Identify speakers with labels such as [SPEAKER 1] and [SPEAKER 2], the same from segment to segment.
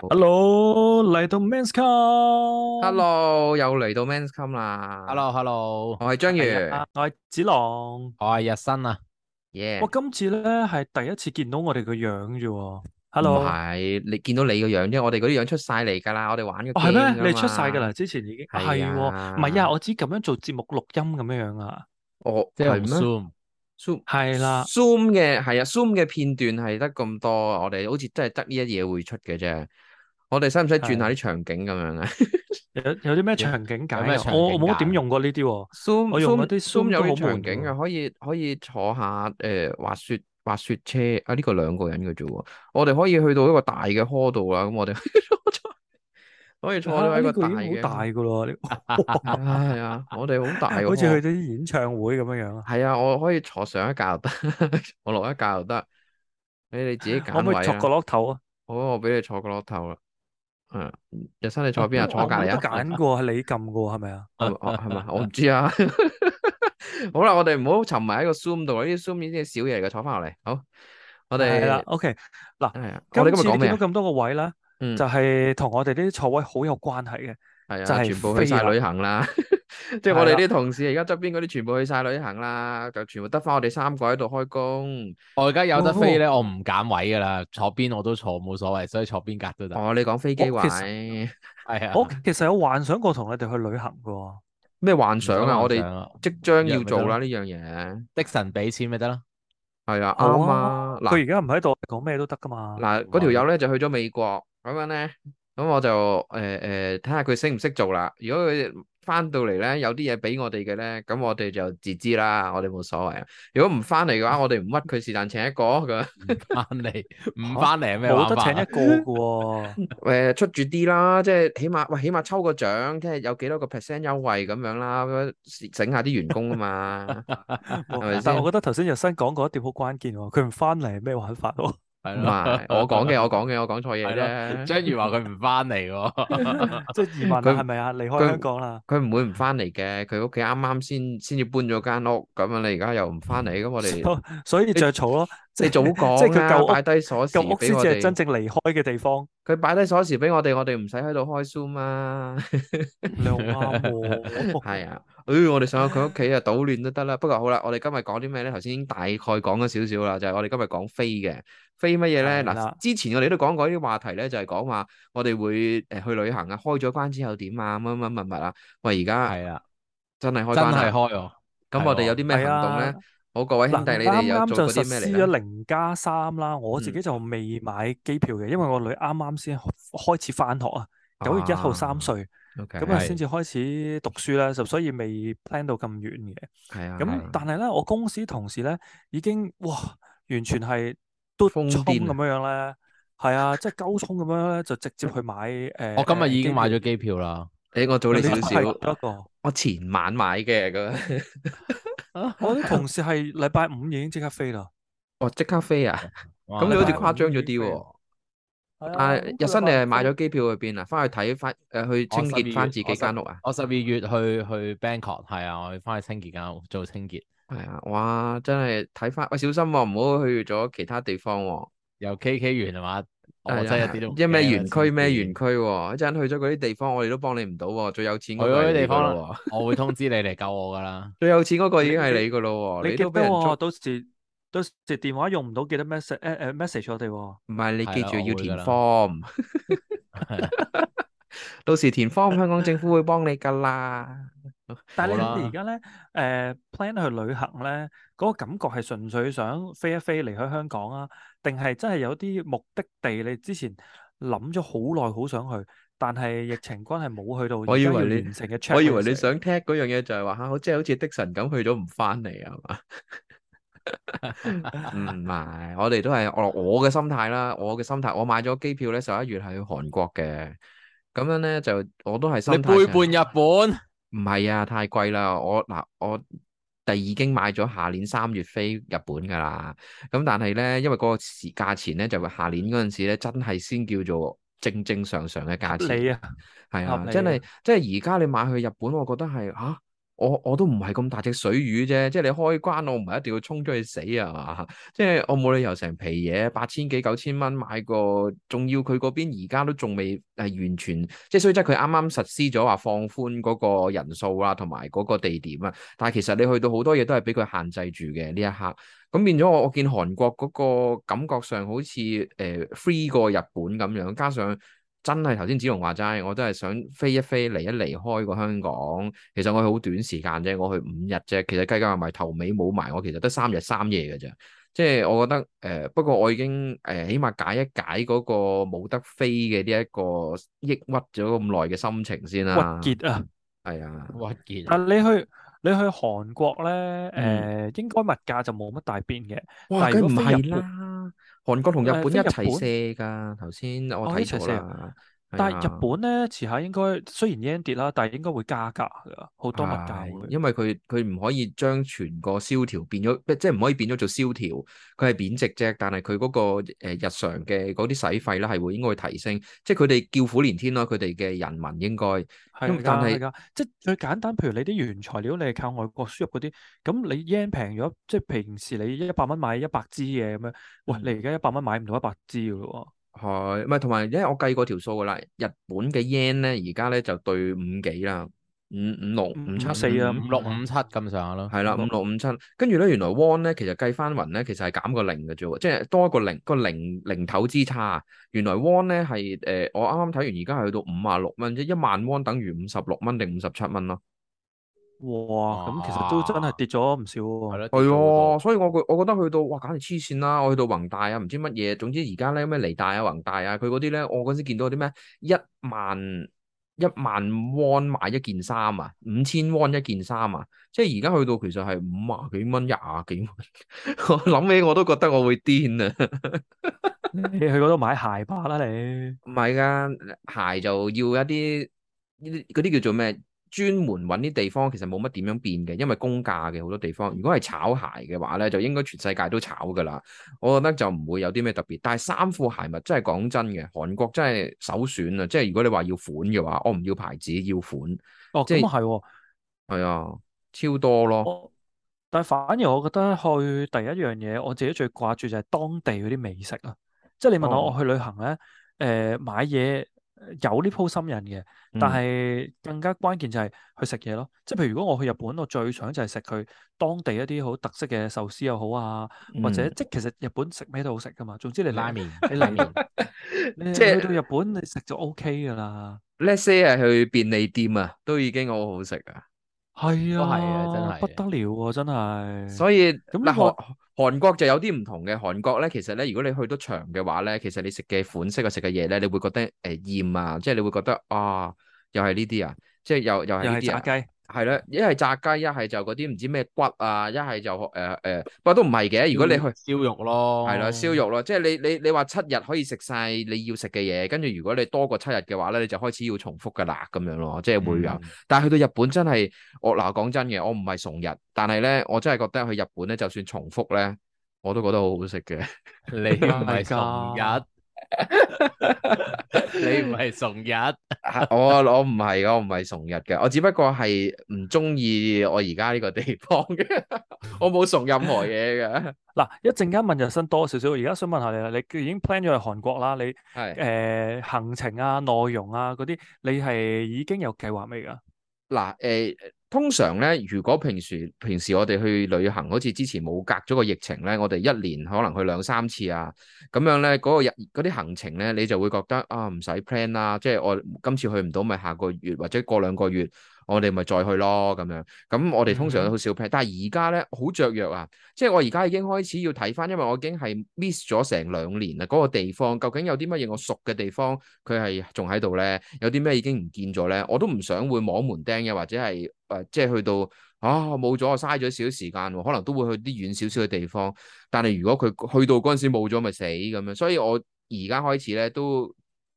[SPEAKER 1] Hello，嚟到 Men's Come。
[SPEAKER 2] Hello，又嚟到 Men's Come 啦。
[SPEAKER 3] Hello，Hello，
[SPEAKER 2] 我係章
[SPEAKER 1] 係
[SPEAKER 2] 魚
[SPEAKER 1] 啊。我係子龍。
[SPEAKER 3] 我係日新啊，
[SPEAKER 2] 耶，
[SPEAKER 1] 我今次咧係第一次見到我哋個樣啫喎。
[SPEAKER 2] 唔
[SPEAKER 1] Hello，哦
[SPEAKER 2] 係你見到你個樣啫，我哋嗰啲樣出晒嚟㗎啦，我哋玩嘅。
[SPEAKER 1] 哦係咩？你出晒㗎啦，？之前已經係
[SPEAKER 2] 係
[SPEAKER 1] 喎。唔
[SPEAKER 2] 啊，
[SPEAKER 1] 係啊，我只咁樣做節目錄音咁樣樣啊。
[SPEAKER 2] 我
[SPEAKER 3] 即
[SPEAKER 2] 哦係
[SPEAKER 3] 係用
[SPEAKER 2] 咩
[SPEAKER 3] Zoom，
[SPEAKER 2] ？Zoom
[SPEAKER 1] 係啦，
[SPEAKER 2] Zoom 嘅係啊，Zoom 嘅片段係得咁多，我哋好似真係得呢一嘢會出嘅啫。我哋使唔使轉下啲場景咁樣啊
[SPEAKER 1] 有有啲咩場景解
[SPEAKER 3] 有咩
[SPEAKER 1] 啊？
[SPEAKER 3] 場
[SPEAKER 1] 我我
[SPEAKER 3] 景
[SPEAKER 1] 冇
[SPEAKER 3] 解
[SPEAKER 1] 點用過呢啲喎。
[SPEAKER 2] ？Zoom
[SPEAKER 1] 我用
[SPEAKER 2] Zoom-
[SPEAKER 1] 嗰啲 Zoom
[SPEAKER 2] 有
[SPEAKER 1] 都好
[SPEAKER 2] 啲場
[SPEAKER 1] 悶
[SPEAKER 2] 景
[SPEAKER 1] 㗎
[SPEAKER 2] 啊，可以可以坐下誒、滑雪滑雪車啊，呢、個兩個人嘅啫喎。我哋可以去到一個大嘅 hall 度啦，咁我哋 可以坐
[SPEAKER 1] 嚇
[SPEAKER 2] 咗喺一
[SPEAKER 1] 啊呢
[SPEAKER 2] 個
[SPEAKER 1] 個
[SPEAKER 2] 大
[SPEAKER 1] 已經
[SPEAKER 2] 嘅。
[SPEAKER 1] 好大㗎咯，呢
[SPEAKER 2] 係啊，我哋好大個 hall。
[SPEAKER 1] 好似去咗啲演唱會咁樣樣啊。
[SPEAKER 2] 係啊，我可以坐上一架又得，我落一架又得。你哋自己
[SPEAKER 1] 可唔
[SPEAKER 2] 揀
[SPEAKER 1] 可以
[SPEAKER 2] 位
[SPEAKER 1] 戳個
[SPEAKER 2] 啦。
[SPEAKER 1] 落頭啊？
[SPEAKER 2] 好，我俾你坐個落頭啦。嗯，日新你坐邊啊？坐
[SPEAKER 1] 我
[SPEAKER 2] 我隔離
[SPEAKER 1] 冇
[SPEAKER 2] 啊
[SPEAKER 1] 得？揀過，係你撳嘅喎，係咪啊？
[SPEAKER 2] 係咪我係咪？我唔 知啊。好啦，我哋唔好沉迷喺個 Zoom 度啦，呢啲 Zoom 呢啲係小嘢嚟嘅，坐翻落嚟。好，我哋
[SPEAKER 1] 係啦，OK。
[SPEAKER 2] 係啊，
[SPEAKER 1] 今
[SPEAKER 2] 我哋
[SPEAKER 1] 次
[SPEAKER 2] 今日講
[SPEAKER 1] 你
[SPEAKER 2] 咩
[SPEAKER 1] 見
[SPEAKER 2] 啊？
[SPEAKER 1] 到咁多個位啦，
[SPEAKER 2] 嗯
[SPEAKER 1] 就係同我哋呢啲座位好有關係嘅。
[SPEAKER 2] 係
[SPEAKER 1] 就
[SPEAKER 2] 啊，
[SPEAKER 1] 係
[SPEAKER 2] 全部去晒
[SPEAKER 1] 飛啦
[SPEAKER 2] 旅行 啦，即係我哋啲同事而家側邊嗰啲全部去晒旅行啦，就全部得翻我哋三個喺度開工。
[SPEAKER 3] 我而家有得飛
[SPEAKER 1] 哦
[SPEAKER 3] 咧，我唔揀位噶啦，坐邊我都坐冇所謂，所以坐邊格都得。
[SPEAKER 2] 哦，你講飛機
[SPEAKER 1] 我其實
[SPEAKER 2] 位
[SPEAKER 3] 係啊，
[SPEAKER 1] 我其實有幻想過同你哋去旅行嘅，
[SPEAKER 2] 咩幻
[SPEAKER 3] 唔
[SPEAKER 2] 想
[SPEAKER 3] 想
[SPEAKER 2] 啊？我
[SPEAKER 3] 幻
[SPEAKER 2] 哋
[SPEAKER 3] 想啊
[SPEAKER 2] 即將
[SPEAKER 3] 約
[SPEAKER 2] 要
[SPEAKER 3] 咪
[SPEAKER 2] 做
[SPEAKER 3] 得
[SPEAKER 2] 啦
[SPEAKER 3] 咯
[SPEAKER 2] 呢樣嘢，
[SPEAKER 3] ，Dixon 俾錢咪 得咯。
[SPEAKER 2] 係啊，
[SPEAKER 1] 好
[SPEAKER 2] 啱
[SPEAKER 1] 啊。
[SPEAKER 2] 啊。嗱
[SPEAKER 1] 佢而家唔喺度，講咩都得噶嘛。
[SPEAKER 2] 嗱，嗰條友咧就去咗美國，咁樣咧，咁我就誒誒睇下佢識唔識做啦。如果佢翻到嚟咧，有啲嘢俾我哋嘅咧，咁我哋就自知啦，我哋冇所謂啊。如果唔翻嚟嘅話，我哋唔屈佢，是但請一個咁
[SPEAKER 3] 唔翻嚟，唔翻嚟係咩
[SPEAKER 1] 冇
[SPEAKER 3] 玩
[SPEAKER 1] 得請一
[SPEAKER 3] 法？啊
[SPEAKER 1] 個嘅，
[SPEAKER 2] 誒出住啲啦，即係起碼喂，起碼抽個獎，即係有幾多個 percent 優惠咁樣啦，咁樣整下啲員工啊嘛，係咪
[SPEAKER 1] 冇但係
[SPEAKER 2] 先
[SPEAKER 1] 我？覺得頭先日新講過一點好關鍵喎，佢唔翻嚟係咩玩法 喎？
[SPEAKER 3] 係
[SPEAKER 2] 唔係我講嘅，我講嘅，我講錯嘢
[SPEAKER 3] 係咯，
[SPEAKER 2] 啫。
[SPEAKER 3] 章魚話佢唔翻 嚟喎，
[SPEAKER 1] 即係移民啦，
[SPEAKER 2] 佢
[SPEAKER 1] 係咪啊？離開
[SPEAKER 2] 佢
[SPEAKER 1] 香港啦，
[SPEAKER 2] 佢唔會唔翻嚟嘅，佢屋企啱啱先先至搬咗間屋，咁樣你而家又唔翻嚟，咁 我哋
[SPEAKER 1] 所所以着草咯。即
[SPEAKER 2] 你
[SPEAKER 1] 係
[SPEAKER 2] 早
[SPEAKER 1] 即
[SPEAKER 2] 講
[SPEAKER 1] 係佢
[SPEAKER 2] 啦，擺
[SPEAKER 1] 舊屋，
[SPEAKER 2] 低鎖
[SPEAKER 1] 舊
[SPEAKER 2] 匙
[SPEAKER 1] 屋
[SPEAKER 2] 俾
[SPEAKER 1] 先
[SPEAKER 2] 我
[SPEAKER 1] 至係真
[SPEAKER 2] 哋，
[SPEAKER 1] 正離開嘅地方。
[SPEAKER 2] 佢擺低鎖匙俾我哋，我哋唔使喺度開 Zoom 啊。
[SPEAKER 1] 你又啱喎。
[SPEAKER 2] 係啊，誒，我哋上去佢屋企啊，搗亂都得啦。不過好啦，我哋今日講啲咩咧？頭先已經大概講咗少少啦，就係我哋今日講飛嘅飛乜嘢咧？
[SPEAKER 1] 係
[SPEAKER 2] 嗱
[SPEAKER 1] 啦，，
[SPEAKER 2] 之前我哋都講過呢啲話題咧，就係講話我哋會誒去旅行啊，開咗關之後點啊，乜乜乜乜啊。喂，而家
[SPEAKER 3] 係啊，
[SPEAKER 2] 真係開
[SPEAKER 3] 真
[SPEAKER 2] 關
[SPEAKER 3] 係
[SPEAKER 2] 啦，
[SPEAKER 3] 開喎，
[SPEAKER 2] 咁
[SPEAKER 3] 係
[SPEAKER 2] 我哋有
[SPEAKER 3] 喎，
[SPEAKER 2] 啲咩
[SPEAKER 1] 係
[SPEAKER 2] 行動
[SPEAKER 1] 啊
[SPEAKER 2] 咧？。好，各位兄弟，
[SPEAKER 1] 嗱，
[SPEAKER 2] 你哋
[SPEAKER 1] 啱
[SPEAKER 2] 有
[SPEAKER 1] 啱
[SPEAKER 2] 做
[SPEAKER 1] 就
[SPEAKER 2] 過
[SPEAKER 1] 實
[SPEAKER 2] 啲咩嚟哦
[SPEAKER 1] 施咗
[SPEAKER 2] 咧？
[SPEAKER 1] 零加三啦，我自
[SPEAKER 2] 嗯，
[SPEAKER 1] 己就未買機票嘅，因為我女啱啱先開開始翻學啊，九月一號三
[SPEAKER 2] 啊
[SPEAKER 1] 歲，
[SPEAKER 2] ，OK，
[SPEAKER 1] 咁啊
[SPEAKER 2] 係
[SPEAKER 1] 先至開始讀書啦，就所以未 plan 到咁遠嘅。
[SPEAKER 2] 啊，
[SPEAKER 1] 咁
[SPEAKER 2] 係
[SPEAKER 1] 但係咧，我公司同事咧已經哇，完全係都
[SPEAKER 2] 瘋
[SPEAKER 1] 衝
[SPEAKER 2] 癲
[SPEAKER 1] 咁
[SPEAKER 2] 啊！
[SPEAKER 1] 樣樣咧，係啊，即係鳩衝咁樣咧，就直接 去買誒
[SPEAKER 3] 我今日
[SPEAKER 1] 誒
[SPEAKER 3] 已經
[SPEAKER 1] 機
[SPEAKER 3] 買
[SPEAKER 1] 票，
[SPEAKER 3] 咗機票啦。
[SPEAKER 2] 誒，我早
[SPEAKER 1] 你
[SPEAKER 2] 你
[SPEAKER 1] 都
[SPEAKER 2] 少
[SPEAKER 1] 係
[SPEAKER 2] 少，
[SPEAKER 1] 一個。
[SPEAKER 2] 我前晚買嘅咁 樣，
[SPEAKER 1] 我啲同事係禮拜五已經即刻飛啦，
[SPEAKER 2] 我即刻飛啊！
[SPEAKER 3] 哇
[SPEAKER 2] 咁你
[SPEAKER 1] 禮
[SPEAKER 2] 好似
[SPEAKER 1] 拜
[SPEAKER 2] 誇
[SPEAKER 1] 五
[SPEAKER 2] 張
[SPEAKER 1] 已
[SPEAKER 2] 咗
[SPEAKER 1] 經
[SPEAKER 2] 啲
[SPEAKER 1] 飛啦。
[SPEAKER 2] 喎。
[SPEAKER 1] 係
[SPEAKER 2] 啊，
[SPEAKER 1] 啊，咁
[SPEAKER 2] 日
[SPEAKER 1] 佢禮
[SPEAKER 2] 新你
[SPEAKER 1] 拜
[SPEAKER 2] 係
[SPEAKER 1] 五
[SPEAKER 2] 買
[SPEAKER 1] 飛。
[SPEAKER 2] 咗機票去邊啊？翻去睇翻誒，去
[SPEAKER 3] 我
[SPEAKER 2] 清
[SPEAKER 3] 哦十二
[SPEAKER 2] 潔翻
[SPEAKER 3] 月，
[SPEAKER 2] 自
[SPEAKER 3] 我
[SPEAKER 2] 己
[SPEAKER 3] 十
[SPEAKER 2] 間屋啊？
[SPEAKER 3] 我十二月去去 Bangkok 係啊，我要翻去清潔間屋做清潔，
[SPEAKER 2] 係啊，哇！真係睇翻，喂小心喎，唔好去咗其他地方喎。
[SPEAKER 3] 由 KK 完係嘛，我
[SPEAKER 2] 係
[SPEAKER 3] 哦真係
[SPEAKER 2] 啊，
[SPEAKER 3] 一啲都唔
[SPEAKER 2] 一咩
[SPEAKER 3] 驚啊，
[SPEAKER 2] 園區
[SPEAKER 3] 黐
[SPEAKER 2] 咩園
[SPEAKER 3] 線！
[SPEAKER 2] 區喎，一陣去咗嗰啲地方，我哋都幫你唔到喎。最有錢
[SPEAKER 3] 去
[SPEAKER 2] 嗰個
[SPEAKER 3] 嗰
[SPEAKER 2] 係
[SPEAKER 3] 啲
[SPEAKER 2] 你
[SPEAKER 3] 地
[SPEAKER 2] 噶
[SPEAKER 3] 方啦，
[SPEAKER 2] 咯喎，
[SPEAKER 3] 我會通知你嚟救我噶啦。
[SPEAKER 2] 最有錢嗰個已
[SPEAKER 1] 你
[SPEAKER 2] 經係
[SPEAKER 1] 你
[SPEAKER 2] 你噶咯喎，
[SPEAKER 1] 你
[SPEAKER 2] 你
[SPEAKER 1] 記
[SPEAKER 2] 都
[SPEAKER 1] 得
[SPEAKER 2] 俾人捉
[SPEAKER 1] 喎，，到時到時電話用唔到，記得 message 誒誒 message 我哋喎。
[SPEAKER 2] 唔係你
[SPEAKER 3] 係
[SPEAKER 2] 記
[SPEAKER 3] 啦，
[SPEAKER 2] 住
[SPEAKER 3] 我
[SPEAKER 2] 要
[SPEAKER 3] 會
[SPEAKER 2] 填
[SPEAKER 3] 噶啦。
[SPEAKER 2] form，到時填 form 香港政府會幫你噶啦。
[SPEAKER 1] 但
[SPEAKER 3] 好
[SPEAKER 1] 係你你而
[SPEAKER 3] 啦，
[SPEAKER 1] 家咧誒 plan 去旅行咧，嗰個感覺係純粹想飛一飛離開香港啊，定係真係有啲目的地你之前諗咗好耐好想去，但係疫情關係冇去到，
[SPEAKER 2] 我
[SPEAKER 1] 而
[SPEAKER 2] 以
[SPEAKER 1] 家要
[SPEAKER 2] 為你，
[SPEAKER 1] 完成嘅
[SPEAKER 2] 我以為
[SPEAKER 1] checklist
[SPEAKER 2] 你
[SPEAKER 1] 嚟嘅。
[SPEAKER 2] 想聽嗰樣嘢就係話嚇，好即係好似的神咁去咗唔翻嚟啊嘛。唔係，我哋都係我我嘅心態啦。我嘅心態，我買咗機票咧，十一月係去韓國嘅。咁樣咧就我都係心
[SPEAKER 3] 你
[SPEAKER 2] 態
[SPEAKER 3] 背
[SPEAKER 2] 上，
[SPEAKER 3] 叛日本，
[SPEAKER 2] 唔係啊，太貴啦。我嗱我第已經買咗下年三月飛日本噶啦。咁但係咧，因為嗰個時價錢咧，就會下年嗰陣時咧，真係先叫做正正常常嘅價
[SPEAKER 1] 合
[SPEAKER 2] 錢。
[SPEAKER 1] 理啊，
[SPEAKER 2] 係
[SPEAKER 1] 合
[SPEAKER 2] 啊，真
[SPEAKER 1] 理
[SPEAKER 2] 係
[SPEAKER 1] 啊，
[SPEAKER 2] 即係而家你買去日本，我覺得係吓。啊我我都唔係咁大隻水魚啫，即係你開關我唔係一定要衝出去死啊嘛，即係我冇理由成皮嘢八千幾九千蚊買個，仲要佢嗰邊而家都仲未係完全，即係雖則佢啱啱實施咗話放寬嗰個人數啦，同埋嗰個地點啊，但係其實你去到好多嘢都係俾佢限制住嘅呢一刻。咁變咗我我見韓國嗰個感覺上好似誒、呃 free 過日本咁樣，加上真係頭先子龍話齋，我都係想飛一飛離一離開個香港。其實我去好短時間啫，我去五日啫。其實計計埋埋頭尾冇埋，我其實得三日三夜嘅啫。即係我覺得誒、呃不過我已經誒、呃起碼解一解嗰個冇得飛嘅呢一個抑鬱咗咁耐嘅心情先啦
[SPEAKER 1] 鬱。結啊！
[SPEAKER 2] 係啊，
[SPEAKER 3] 屈結啊
[SPEAKER 1] 但你去你去韓國咧，誒、
[SPEAKER 2] 嗯啊
[SPEAKER 1] 應該物價就冇乜大變嘅。
[SPEAKER 2] 哇，
[SPEAKER 1] 但
[SPEAKER 2] 梗
[SPEAKER 1] 係
[SPEAKER 2] 唔
[SPEAKER 1] 如果飛
[SPEAKER 2] 係
[SPEAKER 1] 日本
[SPEAKER 2] 啦，韓國同日
[SPEAKER 1] 誒
[SPEAKER 2] 本一
[SPEAKER 1] 飛日本
[SPEAKER 2] 齊射㗎。頭先我
[SPEAKER 1] 哦
[SPEAKER 2] 睇
[SPEAKER 1] 一齊
[SPEAKER 2] 咗
[SPEAKER 1] 射
[SPEAKER 2] 啦，係
[SPEAKER 1] 但係
[SPEAKER 2] 啊
[SPEAKER 1] 日本咧，遲下應該雖然 yen 跌啦，但係應該會加價㗎，好多物價
[SPEAKER 2] 係
[SPEAKER 1] 會。
[SPEAKER 2] 因為佢佢唔可以將全個蕭條變咗，即係唔可以變咗做蕭條，佢係貶值啫。但係佢嗰個呃日常嘅嗰啲使費咧，係會應該會提升，即係佢哋叫苦連天咯。佢哋嘅人民應該
[SPEAKER 1] 係
[SPEAKER 2] 咁但
[SPEAKER 1] 㗎，
[SPEAKER 2] 係
[SPEAKER 1] 係㗎，即係最簡單，譬如你啲原材料你係靠外國輸入嗰啲，咁你 yen 平咗，即係平時你一百蚊買一百支嘅咁樣，喂，你而家一百蚊買唔到一百支㗎咯
[SPEAKER 2] 係唔係同埋，因為我計過條數㗎啦，日本嘅 yen 咧而家咧就對五幾啦，五五六
[SPEAKER 1] 喎，
[SPEAKER 2] 五
[SPEAKER 1] 五
[SPEAKER 2] 七
[SPEAKER 1] 五四啊，
[SPEAKER 3] 五六五七咁上下咯。
[SPEAKER 2] 嗯係啦，
[SPEAKER 1] 五
[SPEAKER 2] 五六五七，跟住咧，原來 one 咧，其實計翻雲咧，其實係減個零嘅啫喎，即係多一個零，個零零頭之差。啊原來 one 咧係誒，我啱啱睇完，而家係去到五啊六蚊，即係一萬 one 等於五十六蚊定五十七蚊咯。
[SPEAKER 1] 哇，咁其實都真係跌咗唔少
[SPEAKER 3] 係
[SPEAKER 1] 喎。
[SPEAKER 2] 係
[SPEAKER 3] 咯，跌咗
[SPEAKER 2] 喎，
[SPEAKER 3] 好
[SPEAKER 2] 所以我覺我覺得去到哇，簡直黐線啦！我去到宏大啊，唔知乜嘢，總之而家咧咩離大啊、宏大啊，佢嗰啲咧，我嗰時見到啲咩一萬一萬 won 買一件衫啊，五千 won 一件衫啊，即係而家去到其實係五啊幾蚊、廿啊幾蚊， 我諗起我都覺得我會癲啊！
[SPEAKER 1] 你去嗰度買鞋吧啦你。
[SPEAKER 2] 唔係噶，鞋就要一啲呢啲嗰啲叫做咩？專門揾啲地方其實冇乜點樣變嘅，因為公價嘅好多地方。如果係炒鞋嘅話咧，就應該全世界都炒噶啦。我覺得就唔會有啲咩特別。但係衫褲鞋襪真係講真嘅，韓國真係首選啊！即係如果你話要款嘅話，我唔要牌子，要款
[SPEAKER 1] 哦，
[SPEAKER 2] 即
[SPEAKER 1] 咁
[SPEAKER 2] 係
[SPEAKER 1] 啊係喎。
[SPEAKER 2] 係啊，超多咯。
[SPEAKER 1] 我但係反而我覺得去第一樣嘢，我自己最掛住就係當地嗰啲美食啊。即係你問我，
[SPEAKER 2] 哦
[SPEAKER 1] 我去旅行咧，誒、買嘢呃有呢鋪心癮嘅，但
[SPEAKER 2] 嗯
[SPEAKER 1] 係更加關鍵就係去食嘢咯。即係譬如如果我去日本，我最想就係食佢當地一啲好特色嘅壽司又好啊，或者
[SPEAKER 2] 嗯，
[SPEAKER 1] 即係其實日本食咩都好食噶嘛。總之你
[SPEAKER 3] 多拉
[SPEAKER 1] 嚟，
[SPEAKER 3] 麵，
[SPEAKER 1] 你
[SPEAKER 3] 拉
[SPEAKER 1] 嚟
[SPEAKER 3] 麵
[SPEAKER 1] 你
[SPEAKER 2] 即係
[SPEAKER 1] 去到日本你食就 OK 噶啦。
[SPEAKER 2] Let's say 係去便利店啊，都已經好好食啊！
[SPEAKER 1] 係
[SPEAKER 3] 都係啊真
[SPEAKER 1] 啊，
[SPEAKER 3] 係
[SPEAKER 1] 不得了啊，真係。
[SPEAKER 2] 所以
[SPEAKER 1] 咁
[SPEAKER 2] 嗱，
[SPEAKER 1] 呢個
[SPEAKER 2] 韓韓國就有啲唔同嘅。韓國咧，其實咧，如果你去得長嘅話咧，其實你食嘅款式啊、食嘅嘢咧，你會覺得誒厭啊，即係你會覺得啊，又係呢啲啊，即係又又係
[SPEAKER 1] 又
[SPEAKER 2] 呢
[SPEAKER 1] 係
[SPEAKER 2] 啲
[SPEAKER 1] 炸
[SPEAKER 2] 啊。
[SPEAKER 1] 雞。
[SPEAKER 2] 係啦，一係炸雞，一係就嗰啲唔知咩骨啊，一係就誒誒、不過都唔係嘅。如果你去
[SPEAKER 3] 燒肉咯，
[SPEAKER 1] 哦
[SPEAKER 2] 係啦，燒肉咯，即係你你你話七日可以食晒你要食嘅嘢，跟住如果你多過七日嘅話咧，你就開始要重複噶啦，咁樣咯，即係會有。啊
[SPEAKER 3] 嗯
[SPEAKER 2] 但係去到日本真係，我嗱講真嘅，我唔係崇日，但係咧，我真係覺得去日本咧，就算重複咧，我都覺得好好食嘅。
[SPEAKER 3] 嗯你唔係崇日，你唔係崇日。
[SPEAKER 2] 啊我我唔係，我唔係崇日嘅，我只不過係唔中意我而家呢個地方嘅， 我冇崇任何嘢嘅，
[SPEAKER 1] 嗱，一陣間問日新多少少，而家想問下你啦，你已經 plan 咗去韓國啦，你誒、
[SPEAKER 2] 係。
[SPEAKER 1] 呃行程啊、內容啊嗰啲，你係已經有計劃未㗎？
[SPEAKER 2] 嗱，誒、通常咧，如果平時平時我哋去旅行，好似之前冇隔咗個疫情咧，我哋一年可能去兩三次啊，咁樣咧，嗰、個日嗰啲行程咧，你就會覺得啊，唔使 plan 啦，即係我今次去唔到，咪下個月或者過兩個月，我哋咪再去咯，咁樣。咁我哋通常都好少 plan，但係而家咧好雀躍啊，即係我而家已經開始要睇翻，因為我已經係 miss 咗成兩年啦，嗰、個地方究竟有啲乜嘢我熟嘅地方？佢係仲喺度咧，有啲咩已經唔見咗咧，我都唔想會摸門釘嘅，或者係誒、呃即係去到啊冇咗，我嘥咗少少時間喎，可能都會去啲遠少少嘅地方。但係如果佢去到嗰陣時冇咗，咪死咁樣。所以我而家開始咧都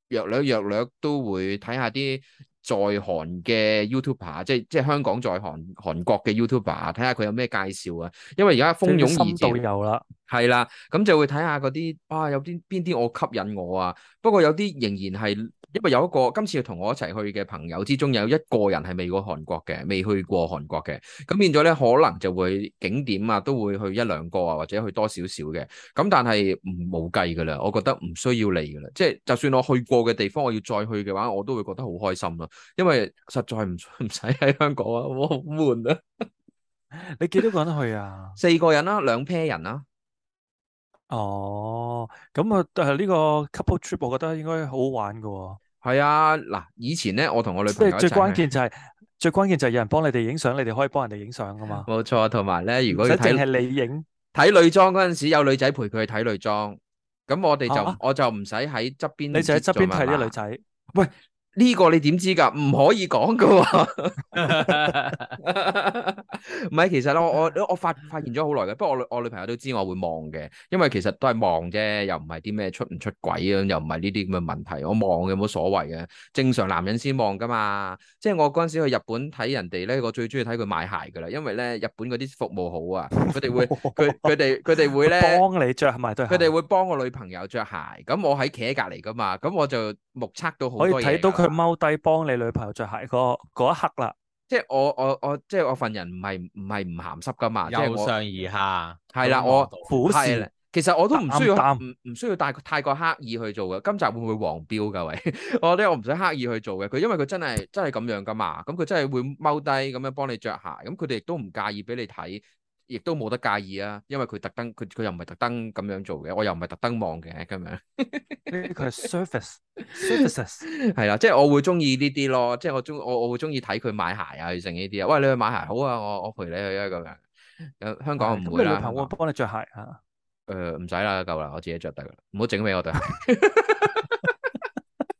[SPEAKER 2] 略略略略都會睇下啲在韓嘅 YouTuber，即係即係香港在韓韓國嘅 YouTuber，睇下佢有咩介紹啊。因為而家蜂擁
[SPEAKER 1] 即係
[SPEAKER 2] 而
[SPEAKER 1] 深度
[SPEAKER 2] 至。
[SPEAKER 1] 遊啦，
[SPEAKER 2] 係啦，咁就會睇下嗰啲啊，有啲邊啲我吸引我啊。不過有啲仍然係，因為有一個今次同我一齊去嘅朋友之中，有一個人係未過韓國嘅，未去過韓國嘅，咁變咗咧可能就會景點啊都會去一兩個啊，或者去多少少嘅。咁但係唔冇計㗎啦，我覺得唔需要嚟㗎啦。即係就算我去過嘅地方，我要再去嘅話，我都會覺得好開心咯，因為實在唔唔使喺香港啊，我好悶啊。
[SPEAKER 1] 你幾多個人去啊？
[SPEAKER 2] 四個人啦，兩 pair 人啦。
[SPEAKER 1] 哦，咁啊，但係呢個 couple trip 我覺得應該好好玩噶喎，
[SPEAKER 2] 係啊，嗱，以前咧，我同我女
[SPEAKER 1] 即
[SPEAKER 2] 朋友一
[SPEAKER 1] 係最
[SPEAKER 2] 齊
[SPEAKER 1] 關
[SPEAKER 2] 去，
[SPEAKER 1] 鍵就係最關鍵就係有人幫你哋影相，你哋可以幫人哋影相噶嘛，
[SPEAKER 2] 冇錯。同埋咧，如
[SPEAKER 1] 唔
[SPEAKER 2] 果
[SPEAKER 1] 使
[SPEAKER 2] 要
[SPEAKER 1] 淨
[SPEAKER 2] 睇
[SPEAKER 1] 係你影。
[SPEAKER 2] 睇女裝嗰陣時，有女仔陪佢去睇女裝，咁我哋就
[SPEAKER 1] 啊
[SPEAKER 2] 我就唔使喺側邊，
[SPEAKER 1] 你就喺側邊睇啲女
[SPEAKER 2] 仔。
[SPEAKER 1] 仔，
[SPEAKER 2] 呢個你點知㗎？唔可以講㗎喎。 唔係，其實我 我我發發現咗好耐嘅，不過我女我女朋友都知我會望嘅，因為其實都係望啫，又唔係啲咩出唔出軌啊，又唔係呢啲咁嘅問題。我望有冇所謂嘅？正常男人先望噶嘛。即係我嗰陣時去日本睇人哋咧，我最中意睇佢賣鞋噶啦，因為咧日本嗰啲服務 好啊，佢哋會佢佢哋佢哋會咧。
[SPEAKER 1] 幫你着埋對鞋，
[SPEAKER 2] 佢哋會幫我女朋友着鞋，咁我喺企喺隔離噶嘛，咁我就目測到好
[SPEAKER 1] 可以
[SPEAKER 2] 多嘢㗎啦。
[SPEAKER 1] 睇到佢踎低幫你女朋友着鞋嗰嗰一刻啦。
[SPEAKER 2] 即係我我我即係我份人唔係唔係唔鹹濕噶嘛，即係
[SPEAKER 3] 由
[SPEAKER 2] 我
[SPEAKER 3] 上而下，
[SPEAKER 2] 係啦
[SPEAKER 3] 咁
[SPEAKER 2] 我
[SPEAKER 3] 望到
[SPEAKER 1] 虎
[SPEAKER 2] 係啦
[SPEAKER 1] 視，
[SPEAKER 2] 其實我都唔需要
[SPEAKER 1] 淡
[SPEAKER 2] 唔唔需要太太過刻意去做嘅。今集會唔會黃標㗎？喂， 我覺得我唔使刻意去做嘅。佢因為佢真係真係咁樣㗎嘛，咁佢真係會踎低咁樣幫你着鞋，咁佢哋亦都唔介意俾你睇，亦都冇得介意啊。因為佢特登，佢佢又唔係特登咁樣做嘅，我又唔係特登望嘅咁樣。
[SPEAKER 1] 呢個係 surface surfaces，
[SPEAKER 2] 係啦，即係我會中意呢啲咯，即係我中我我會中意睇佢買鞋啊，剩呢啲啊。喂，你去買鞋好啊，我我陪你去啊咁樣。有香港唔
[SPEAKER 1] 咁
[SPEAKER 2] 會
[SPEAKER 1] 你女
[SPEAKER 2] 啦，
[SPEAKER 1] 朋友會幫你着鞋啊？
[SPEAKER 2] 誒唔使啦，夠啦，我自己着得噶啦，唔好整俾我對鞋。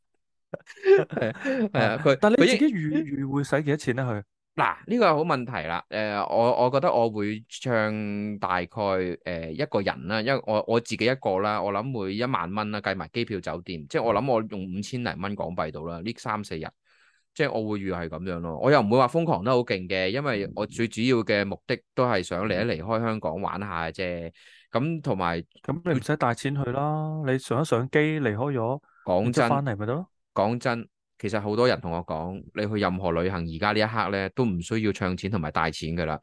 [SPEAKER 2] 係啊係啊，佢
[SPEAKER 1] 但係
[SPEAKER 2] 佢
[SPEAKER 1] 你
[SPEAKER 2] 應
[SPEAKER 1] 自己預預會使幾多錢咧？佢
[SPEAKER 2] 嗱，呢個係好問題啦。誒、我我覺得我會唱大概誒、一個人啦，因為我我自己一個啦，我諗會一萬蚊啦，計埋機票酒店，即係我諗我用五千零蚊港幣到啦，呢三四日，即係我會預係咁樣咯。我又唔會話瘋狂得好勁嘅，因為我最主要嘅目的都係想離一離開香港玩下啫。咁同埋
[SPEAKER 1] 咁你唔使帶錢去啦，你上一上機離開咗，
[SPEAKER 2] 講
[SPEAKER 1] 然之
[SPEAKER 2] 真。
[SPEAKER 1] 後翻嚟咪得咯。
[SPEAKER 2] 講真，其實好多人同我講，你去任何旅行而家呢一刻咧，都唔需要唱錢同埋帶錢噶啦。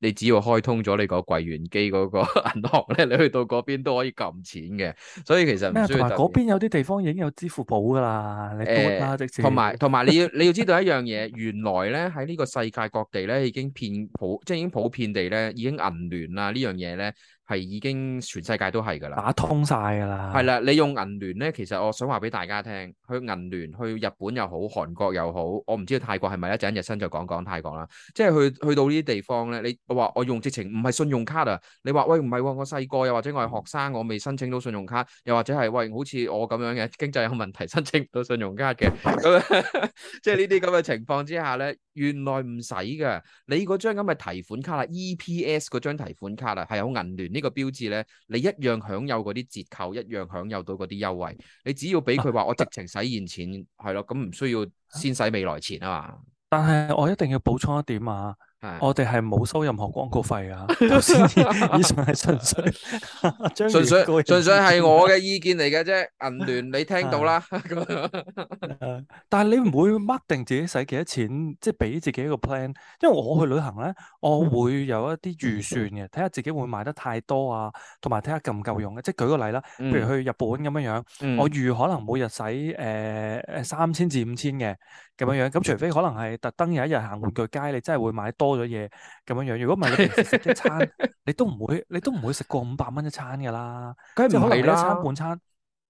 [SPEAKER 2] 你只要開通咗你個櫃員機嗰個 銀行咧，你去到嗰邊都可以撳錢嘅。所以其實唔
[SPEAKER 1] 咩？
[SPEAKER 2] 需
[SPEAKER 1] 同
[SPEAKER 2] 要
[SPEAKER 1] 埋
[SPEAKER 2] 特
[SPEAKER 1] 嗰
[SPEAKER 2] 別。
[SPEAKER 1] 邊有啲地方已經有支付寶噶啦，你嘟啦直接。
[SPEAKER 2] 同埋同埋你要你要知道一樣嘢， 原來咧喺呢個世界各地咧已經遍普，即係已經普遍地咧已經銀聯啦呢樣嘢咧係已經全世界都係噶啦。
[SPEAKER 1] 打通晒噶啦。
[SPEAKER 2] 係啦，你用銀聯咧，其實我想話俾大家聽，去銀聯去日本又好，韓國又好，我唔知道泰國係咪一陣日新就講講泰國啦。即係去去到呢啲地方咧，你我話我用直情唔係信用卡啊，你話喂唔係喎，我細個又或者我係學生，我未申請到信用卡，又或者係喂好似我咁樣嘅經濟有問題 申請唔到信用卡嘅，咁樣即係呢啲咁嘅情況之下咧，原來唔使㗎。你嗰張咁嘅提款卡啦，EPS 嗰張提款卡啦，係有銀聯呢個標誌咧。你一樣享有嗰啲折扣，一樣享有到嗰啲優惠。你只要
[SPEAKER 1] 啊
[SPEAKER 2] 俾佢話我直情使現錢，係咯，咁唔需要先使未來錢啊
[SPEAKER 1] 但係我一定要補充一點啊，
[SPEAKER 2] 嘛。係
[SPEAKER 1] 我哋係冇收任何廣告費啊。頭先以以上係純 粹將
[SPEAKER 2] 純粹
[SPEAKER 1] 原告人
[SPEAKER 2] 純粹
[SPEAKER 1] 意見
[SPEAKER 2] 係我嘅意見嚟嘅啫，銀聯你聽到啦。
[SPEAKER 1] 啊
[SPEAKER 2] 咁
[SPEAKER 1] 誒，但係你唔會 mark 定自己使幾多錢，即係俾自己一個 plan。因為我去旅行咧，我會有一啲預算嘅，睇下自己會買得太多啊，同埋睇下夠唔夠用嘅。即係舉個例啦， 譬如去日本咁樣樣，
[SPEAKER 2] 嗯
[SPEAKER 1] 我預可能每日使誒誒三千至五千嘅咁
[SPEAKER 2] 嗯
[SPEAKER 1] 樣樣。咁除非可能係特登有一日行玩具街，你真係會買多咗嘢咁樣樣。如果唔係你平 時食一餐，你都唔會你都唔會食過五百蚊一餐㗎啦。
[SPEAKER 2] 梗
[SPEAKER 1] 即係
[SPEAKER 2] 係唔
[SPEAKER 1] 可能你
[SPEAKER 2] 係
[SPEAKER 1] 一餐
[SPEAKER 2] 啦。
[SPEAKER 1] 半餐，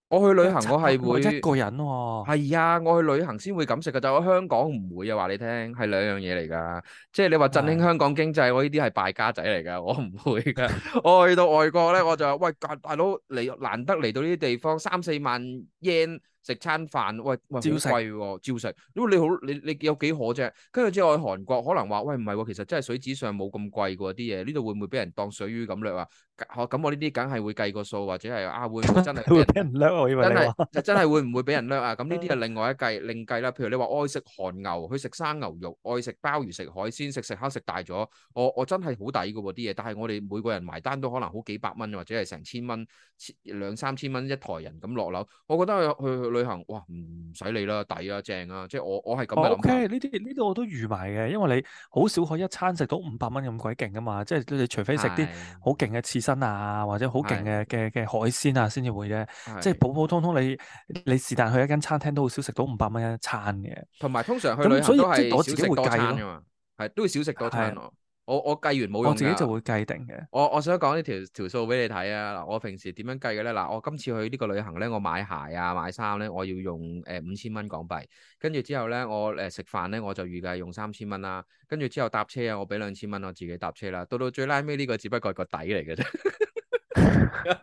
[SPEAKER 2] 我去旅
[SPEAKER 1] 一
[SPEAKER 2] 行
[SPEAKER 1] 餐
[SPEAKER 2] 我係
[SPEAKER 1] 我一
[SPEAKER 2] 會
[SPEAKER 1] 個人喎。
[SPEAKER 2] 係啊，我去旅行先會咁食㗎咋，我香港唔會啊，話你聽係兩樣嘢嚟㗎。即係你話振興
[SPEAKER 1] 係
[SPEAKER 2] 香港經濟，我呢啲係敗家仔嚟㗎， 我唔會㗎。我去到外國咧，我就話喂，大大佬嚟難得嚟到呢啲地方，三四萬 yen 食餐飯，喂喂好
[SPEAKER 1] 照食
[SPEAKER 2] 貴喎，照食。因為你好你你有幾可啫？跟住之後去韓國可能話喂唔係喎，其實真係水紙上冇咁貴喎啲嘢，呢度會唔會俾人當水魚咁掠啊？咁咁我呢啲梗係會計個數，或者係啊會唔會真係俾
[SPEAKER 1] 會
[SPEAKER 2] 人
[SPEAKER 1] 俾人掠，我以為
[SPEAKER 2] 真
[SPEAKER 1] 你話
[SPEAKER 2] 係 就真係會唔會俾人掠啊？咁呢啲係另外一計，另計啦。譬如你話我愛食韓牛，去食生牛肉，愛食鮑魚，食海鮮，食食下食大咗，我我真係好抵噶喎啲嘢。但係我哋每個人埋單都可能好幾百蚊，或者係成千蚊、千兩三千蚊一台人咁落樓。我覺得去去去旅行，哇唔使理啦，抵啊，正啊！即係我我係咁
[SPEAKER 1] 哦
[SPEAKER 2] 嘅諗
[SPEAKER 1] OK，
[SPEAKER 2] 法。
[SPEAKER 1] 呢啲呢啲我都預埋嘅，因為你好少可以一餐食到五百蚊咁鬼勁噶嘛，即係你除非食啲好勁嘅刺身啊，或者好勁嘅嘅嘅海鮮啊，先至會啫。
[SPEAKER 2] 係
[SPEAKER 1] 即係
[SPEAKER 2] 係
[SPEAKER 1] 普普通通你你是但去一間餐廳都好少食到五百蚊一餐嘅。
[SPEAKER 2] 同埋通常去
[SPEAKER 1] 咁
[SPEAKER 2] 旅行
[SPEAKER 1] 所以
[SPEAKER 2] 都
[SPEAKER 1] 即係
[SPEAKER 2] 係
[SPEAKER 1] 我
[SPEAKER 2] 少
[SPEAKER 1] 自己
[SPEAKER 2] 食
[SPEAKER 1] 會
[SPEAKER 2] 多
[SPEAKER 1] 計
[SPEAKER 2] 餐
[SPEAKER 1] 咯
[SPEAKER 2] 噶嘛，係都要少食多餐
[SPEAKER 1] 係
[SPEAKER 2] 咯。我我計完冇用
[SPEAKER 1] 我自己
[SPEAKER 2] 㗎
[SPEAKER 1] 就會計定嘅。
[SPEAKER 2] 我我想講呢條條數俾你睇啊！嗱，我平時點樣計嘅咧？嗱，我今次去呢個旅行咧，我買鞋啊、買衫咧，我要用呃誒五千蚊港幣，跟住之後咧，我誒食飯咧，我就預計用三千蚊啦，跟住之後搭車啊，我俾兩千蚊我自己搭車啦，到到最拉尾呢個只不過係個底嚟嘅啫。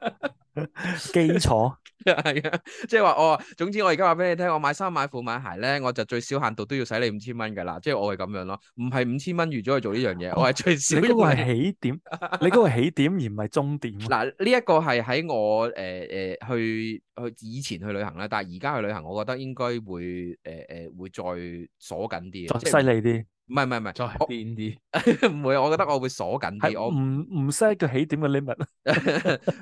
[SPEAKER 1] 基 礎
[SPEAKER 2] 係啊，即係話我，總之我而家話俾你聽，我買衫、買褲、買鞋咧，我就最少限度都要使你五千蚊噶啦，即係我係咁樣咯，唔係五千蚊預咗去做呢樣嘢，我係最少
[SPEAKER 1] 你嗰個
[SPEAKER 2] 用
[SPEAKER 1] 係起 點，你嗰個係起點而唔係終點。啊
[SPEAKER 2] 嗱，呢一個係喺我誒誒、呃去去以前去旅行啦，但係而家去旅行，我覺得應該會誒誒、呃會再鎖緊啲嘅，
[SPEAKER 1] 再
[SPEAKER 2] 即
[SPEAKER 1] 犀
[SPEAKER 2] 係
[SPEAKER 1] 利啲，
[SPEAKER 2] 唔係唔係唔
[SPEAKER 3] 再癲啲，
[SPEAKER 2] 係 唔會，我覺得我會鎖緊
[SPEAKER 1] 係
[SPEAKER 2] 啲，我
[SPEAKER 1] 唔唔 set 個起點嘅 limit。啊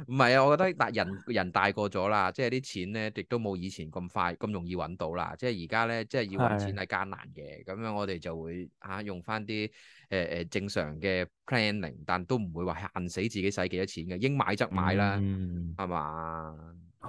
[SPEAKER 2] 唔係啊，我覺得但人人大個咗啦，即係啲錢咧，亦都冇以前咁快咁容易揾到啦。即係而家咧，即係要揾錢係艱難嘅。咁樣我哋就會嚇、啊用翻啲誒誒正常嘅 planning，但都唔會話限死自己使幾多錢嘅，應買則買啦，
[SPEAKER 3] 嗯
[SPEAKER 2] 係嘛、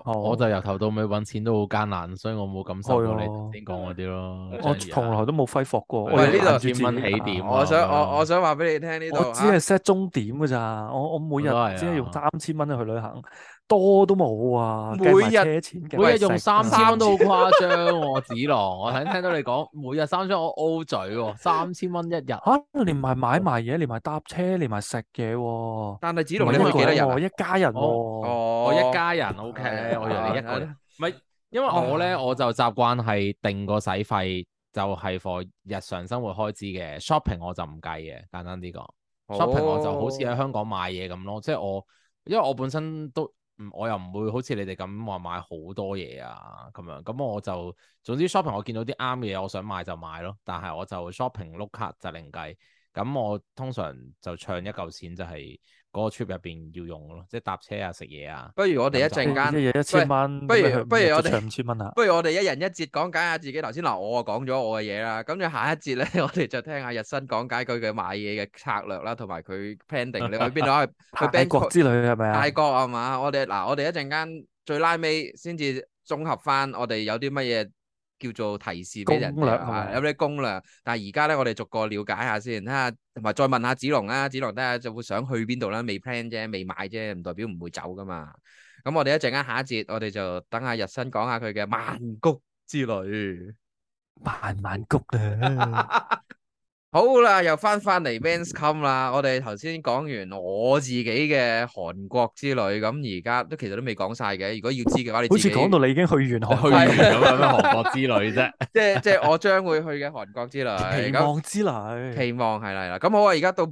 [SPEAKER 3] 我
[SPEAKER 1] 我
[SPEAKER 3] 就由頭到尾揾錢都好艱難，所以我冇感受到
[SPEAKER 1] 係
[SPEAKER 3] 你
[SPEAKER 1] 啊
[SPEAKER 3] 頭先講嗰啲咯。啊
[SPEAKER 1] 我從來都冇揮霍過。
[SPEAKER 3] 喂
[SPEAKER 1] 我
[SPEAKER 2] 呢度
[SPEAKER 1] 要限住自己
[SPEAKER 3] 千蚊起點
[SPEAKER 2] 啊
[SPEAKER 3] 啊
[SPEAKER 2] 我想我我想話俾你聽呢
[SPEAKER 1] 我
[SPEAKER 2] 度啊
[SPEAKER 1] 只
[SPEAKER 2] 嚇
[SPEAKER 1] 係 set 終點㗎咋，我我每日
[SPEAKER 3] 我都係啊
[SPEAKER 1] 只係用三千蚊去旅行，多都冇啊，
[SPEAKER 2] 每日
[SPEAKER 1] 計埋車錢，計埋
[SPEAKER 3] 每日用
[SPEAKER 1] 食
[SPEAKER 3] 三千
[SPEAKER 1] 啊
[SPEAKER 3] 蚊都好誇張喎，子郎！我頭先聽到你講每日三千，我 O 嘴喎，三千蚊一日。
[SPEAKER 1] 嚇，連埋買埋嘢，連埋搭車，連埋食嘢喎，
[SPEAKER 2] 但係子
[SPEAKER 1] 唔
[SPEAKER 2] 龍
[SPEAKER 1] 係
[SPEAKER 2] 你
[SPEAKER 1] 一
[SPEAKER 2] 去幾多
[SPEAKER 1] 個
[SPEAKER 2] 人啊
[SPEAKER 1] 喎？一家人喎，
[SPEAKER 2] 哦
[SPEAKER 3] 我一家人 OK，
[SPEAKER 2] 係
[SPEAKER 3] 我以為你一個人
[SPEAKER 2] 啊，哦
[SPEAKER 3] 唔係，因為我咧
[SPEAKER 1] 啊
[SPEAKER 3] 我就習慣係定個使費就係 for 日常生活開支嘅，shopping 我就唔計嘅，簡單啲講，shopping 我就好似喺
[SPEAKER 2] 哦
[SPEAKER 3] 香港買嘢咁咯，即係我因為我本身都唔我又唔會好似你哋咁話買好多嘢啊咁樣，咁我就總之 shopping 我見到啲啱嘅嘢我想買就買咯，但係我就 shopping 碌卡就另計。咁我通常就唱一嚿錢就係嗰個 trip 入邊要用嘅咯，即係搭車啊、食嘢啊。
[SPEAKER 2] 不如我哋一
[SPEAKER 3] 突
[SPEAKER 2] 陣間。
[SPEAKER 1] 一日一千蚊，
[SPEAKER 2] 不如
[SPEAKER 1] 咁你去
[SPEAKER 2] 不如
[SPEAKER 1] 五日就
[SPEAKER 2] 我哋
[SPEAKER 1] 唱五千蚊啊啦。
[SPEAKER 2] 不如我哋一人一節講解下自己頭先嗱，我啊講咗我嘅嘢啦，咁就下一節咧， 我哋就聽下日新講解佢嘅買嘢嘅策略啦，同埋佢 planning 你去邊度去 去
[SPEAKER 1] 泰國
[SPEAKER 2] Bangkok
[SPEAKER 1] 之旅係咪啊
[SPEAKER 2] 泰？國係嘛？我哋嗱，我哋一陣間最拉尾先至綜合翻，我哋有啲乜嘢叫做提示俾人
[SPEAKER 1] 攻
[SPEAKER 2] 哋
[SPEAKER 1] 略
[SPEAKER 2] 啊
[SPEAKER 1] 係咪
[SPEAKER 2] 有啲攻略。但係而家咧，我哋逐個了解下先，睇下同埋再問下子龍啊，子龍睇下就會想去邊度啦，未 plan 啫，未買啫，唔代表唔會走噶嘛。咁我哋一陣間下一節，我哋就等下日新講下佢嘅曼谷之旅。
[SPEAKER 1] 慢慢谷啦。
[SPEAKER 2] 好啦，又翻翻嚟 Men's Come 啦。我哋頭先講完我自己嘅韓國之旅，咁而家都其實都未講晒嘅。如果要知嘅話，你
[SPEAKER 1] 好
[SPEAKER 2] 自
[SPEAKER 1] 似
[SPEAKER 2] 己
[SPEAKER 1] 講到你已經去完韓
[SPEAKER 3] 去
[SPEAKER 1] 國
[SPEAKER 3] 完咁樣咩韓國之旅啫？
[SPEAKER 2] 即係即係我將會去嘅韓國之旅。
[SPEAKER 1] 期
[SPEAKER 2] 咁
[SPEAKER 1] 望之旅，
[SPEAKER 2] 期望係啦係啦。咁好啊，而家到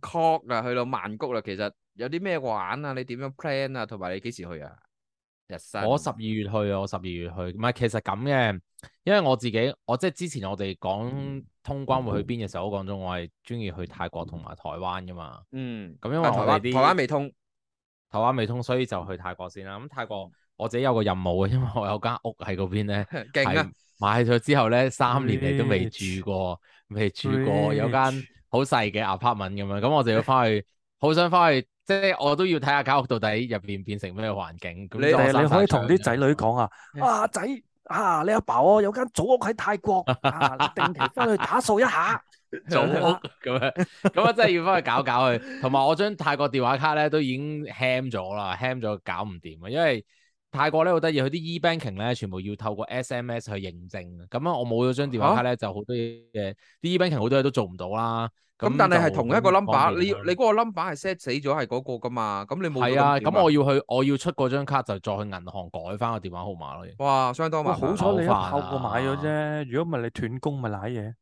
[SPEAKER 2] Bangkok 啦，去到曼谷啦。其實有啲咩玩啊？你點樣 plan 啊？同埋你幾時去啊？日新
[SPEAKER 3] 我十二月去啊，我十二月去，唔係其實咁嘅，因為我自己我即係之前我哋講通關會去邊嘅時候，我講咗我係中意去泰國同埋台灣噶嘛。
[SPEAKER 2] 嗯，
[SPEAKER 3] 咁因為
[SPEAKER 2] 啊台
[SPEAKER 3] 我
[SPEAKER 2] 灣
[SPEAKER 3] 哋啲
[SPEAKER 2] 台灣未通，
[SPEAKER 3] 台灣未通，所以就去泰國先啦。咁泰國我自己有個任務嘅，因為我有間屋喺嗰邊咧，
[SPEAKER 2] 勁啊
[SPEAKER 3] 係！買咗之後咧，三年嚟都未住過，未住過，有間
[SPEAKER 1] Rich
[SPEAKER 3] 好細嘅 apartment 咁樣，咁我就要翻去，好想翻去，即係我都要睇下間屋到底入邊變成咩環境。咁
[SPEAKER 2] 你
[SPEAKER 3] 就
[SPEAKER 2] 我
[SPEAKER 1] 你
[SPEAKER 3] 閂
[SPEAKER 1] 你可以同
[SPEAKER 3] 晒窗
[SPEAKER 1] 啲
[SPEAKER 3] 咁
[SPEAKER 1] 仔女 講啊，
[SPEAKER 2] Yes
[SPEAKER 1] 啊仔啊，你阿爸我有間祖屋喺泰國，啊 你定期翻去打掃一下。啊
[SPEAKER 3] 祖屋咁樣，咁 啊真係要翻去搞搞佢。同埋我張泰國電話卡咧都已經 ham 咗啦，ham 咗搞唔掂啊，因為。泰國咧好得意，佢啲 e banking 咧全部要透過 SMS 去認證，咁啊我冇咗張電話卡咧、就好多嘢，啲 e banking 好多嘢都做唔到啦。
[SPEAKER 2] 咁但係係
[SPEAKER 3] 就
[SPEAKER 2] 同
[SPEAKER 3] 咁
[SPEAKER 2] 一個
[SPEAKER 3] 唔
[SPEAKER 2] number，
[SPEAKER 3] 方
[SPEAKER 2] 你
[SPEAKER 3] 便
[SPEAKER 2] 你嗰個 number 係 set 死咗係嗰個噶嘛？咁你冇咗
[SPEAKER 3] 係啊，
[SPEAKER 2] 點
[SPEAKER 3] 咁我要去我要出嗰張卡就再去銀行改翻個電話號碼咯。
[SPEAKER 2] 哇，相當
[SPEAKER 1] 哇，
[SPEAKER 2] 麻
[SPEAKER 1] 好
[SPEAKER 2] 啊煩。
[SPEAKER 1] 彩你一炮
[SPEAKER 3] 好
[SPEAKER 1] 過買咗
[SPEAKER 3] 煩
[SPEAKER 1] 啫，如果唔係你斷供咪賴嘢。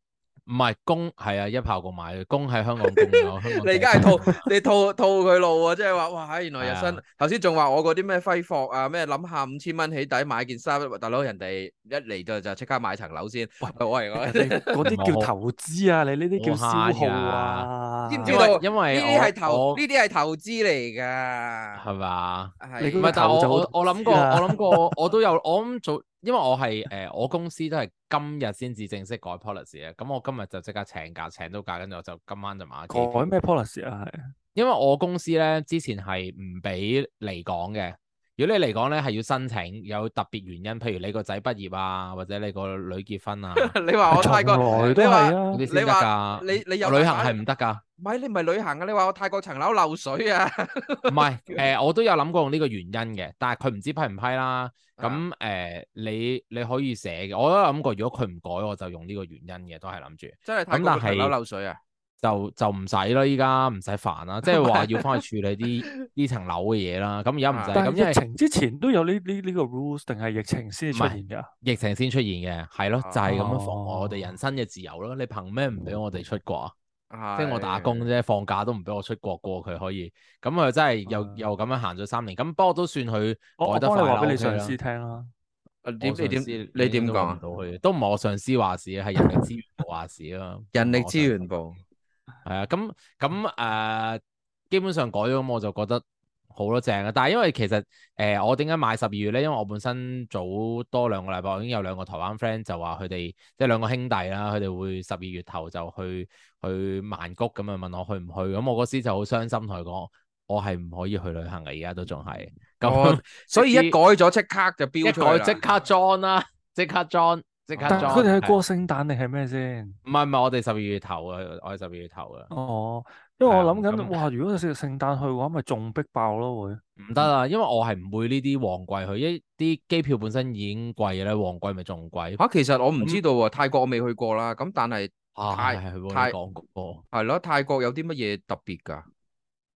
[SPEAKER 3] 唔係公係啊，一炮過買嘅，公喺香港 供咗。香港
[SPEAKER 2] 你而家係套你套套佢路啊，即係話哇，原來人
[SPEAKER 3] 係
[SPEAKER 2] 生頭先仲話我嗰啲咩揮霍啊，咩諗下五千蚊起底買件衫，喂大佬人哋一嚟就就即刻買層樓先。喂，我
[SPEAKER 1] 人
[SPEAKER 2] 係
[SPEAKER 1] 哋嗰啲
[SPEAKER 3] 我
[SPEAKER 1] 叫投資啊，你呢啲叫
[SPEAKER 3] 我
[SPEAKER 1] 消
[SPEAKER 3] 慳
[SPEAKER 1] 耗
[SPEAKER 3] 㗎
[SPEAKER 1] 啊。
[SPEAKER 2] 知唔知
[SPEAKER 3] 因
[SPEAKER 2] 道
[SPEAKER 3] 為因
[SPEAKER 2] 呢
[SPEAKER 3] 為
[SPEAKER 2] 啲係
[SPEAKER 3] 我
[SPEAKER 2] 投呢啲係投資嚟㗎，
[SPEAKER 3] 係嘛？
[SPEAKER 1] 你
[SPEAKER 2] 係
[SPEAKER 1] 嗰
[SPEAKER 3] 唔
[SPEAKER 1] 個
[SPEAKER 3] 係，但係
[SPEAKER 1] 頭就
[SPEAKER 3] 我
[SPEAKER 1] 好
[SPEAKER 3] 我我諗
[SPEAKER 1] 知
[SPEAKER 3] 過，
[SPEAKER 1] 啦
[SPEAKER 3] 我諗過，我都有我諗做，因為我係誒、呃我公司都係今日先至正式改 policy 嘅，咁我今日就即刻請假，請到假，跟住我就今晚就買機票
[SPEAKER 1] 改咩 policy 啊？係
[SPEAKER 3] 因為我公司咧之前係唔俾離港嘅，如果你離港咧係要申請，有特別原因，譬如你個仔畢業啊，或者你個女結 婚啊，
[SPEAKER 2] 你話我
[SPEAKER 1] 從
[SPEAKER 2] 泰國，
[SPEAKER 1] 來都
[SPEAKER 2] 哦你話
[SPEAKER 1] 係
[SPEAKER 3] 嗰
[SPEAKER 1] 啊。
[SPEAKER 3] 啲先得
[SPEAKER 2] 你
[SPEAKER 3] 㗎。
[SPEAKER 2] 你你有大
[SPEAKER 3] 旅行
[SPEAKER 2] 把
[SPEAKER 3] 係唔得㗎。
[SPEAKER 2] 唔係你唔係旅行啊？你話我泰國層樓漏水啊？
[SPEAKER 3] 唔係，誒、我都有諗過用呢個原因嘅，但係佢唔知批唔批啦。咁誒、
[SPEAKER 2] 啊
[SPEAKER 3] 你你可以寫嘅，我都有諗過，如果佢唔改，我就用呢個原因嘅，都係諗住
[SPEAKER 2] 真係泰
[SPEAKER 3] 咁
[SPEAKER 2] 國
[SPEAKER 3] 但
[SPEAKER 2] 層樓
[SPEAKER 3] 係
[SPEAKER 2] 漏水啊！
[SPEAKER 3] 就就唔使啦，依家唔使煩啦，即係話要翻去處理 啲呢層樓嘅嘢啦。咁而家唔使，
[SPEAKER 2] 啊
[SPEAKER 1] 但
[SPEAKER 3] 咁
[SPEAKER 1] 係
[SPEAKER 3] 因為
[SPEAKER 1] 疫情之前都有呢呢呢個 rules，定係疫情先至出
[SPEAKER 3] 唔係
[SPEAKER 1] 現㗎？
[SPEAKER 3] 疫情先出現嘅，係咯，
[SPEAKER 2] 哦
[SPEAKER 3] 就係咁樣妨礙我哋人生嘅自由咯。你憑咩唔俾我哋出國啊？即係我打
[SPEAKER 2] 係
[SPEAKER 3] 工啫，放假都唔俾我出國過，佢可以咁啊！真係又
[SPEAKER 1] 嗯
[SPEAKER 3] 又咁樣行咗三年，咁不過都算佢
[SPEAKER 1] 我我
[SPEAKER 3] 改得
[SPEAKER 1] 幫你
[SPEAKER 3] 快啦
[SPEAKER 1] 話俾你
[SPEAKER 3] OK
[SPEAKER 1] 上
[SPEAKER 3] 啦
[SPEAKER 1] 司聽啦。
[SPEAKER 2] 啊
[SPEAKER 3] 我
[SPEAKER 2] 點你
[SPEAKER 3] 上
[SPEAKER 2] 點
[SPEAKER 3] 司
[SPEAKER 2] 你點
[SPEAKER 3] 都
[SPEAKER 2] 講
[SPEAKER 3] 搵唔
[SPEAKER 2] 啊？
[SPEAKER 3] 到佢，都唔係我上司話事，係人力資源部話事啦。
[SPEAKER 2] 人力資源部
[SPEAKER 3] 係啊，咁咁誒，基本上改咗，咁我就覺得好咯，正啊！但係因為其實誒、呃我點解買十二月咧？因為我本身早多兩個禮拜，我已經有兩個台灣 friend 就話佢哋即係兩個兄弟啦，佢哋會十二月頭就去去曼谷咁啊，問我去唔去？咁我嗰時就好傷心，同佢講我係唔可以去旅行嘅，而家都仲係
[SPEAKER 2] 哦
[SPEAKER 3] 咁，
[SPEAKER 2] 所以一
[SPEAKER 3] 知
[SPEAKER 2] 改咗即刻就
[SPEAKER 3] 一
[SPEAKER 2] 標出
[SPEAKER 3] 改
[SPEAKER 2] 嚟啦
[SPEAKER 3] 即刻 join 啦，即刻 join，即刻
[SPEAKER 1] 但
[SPEAKER 3] join。
[SPEAKER 1] 佢哋係
[SPEAKER 3] 係嗯
[SPEAKER 1] 過聖誕定係咩先？
[SPEAKER 3] 唔係唔係，我哋十二月頭啊，我哋十二月頭啊，
[SPEAKER 1] 哦，因為
[SPEAKER 3] 係啊
[SPEAKER 1] 我諗緊，
[SPEAKER 3] 咁
[SPEAKER 1] 哇！如果食聖誕去嘅話，咪仲逼爆咯會。
[SPEAKER 3] 唔得啊，因為我係唔會呢啲旺季去，一啲機票本身已經貴咧，旺季咪仲貴。
[SPEAKER 2] 嚇，啊其實我唔知道喎，泰國我未去過啦。咁但係
[SPEAKER 3] 啊，
[SPEAKER 2] 泰
[SPEAKER 3] 係喎，
[SPEAKER 2] 泰
[SPEAKER 3] 你講過。
[SPEAKER 2] 係咯，泰國有啲乜嘢特別㗎？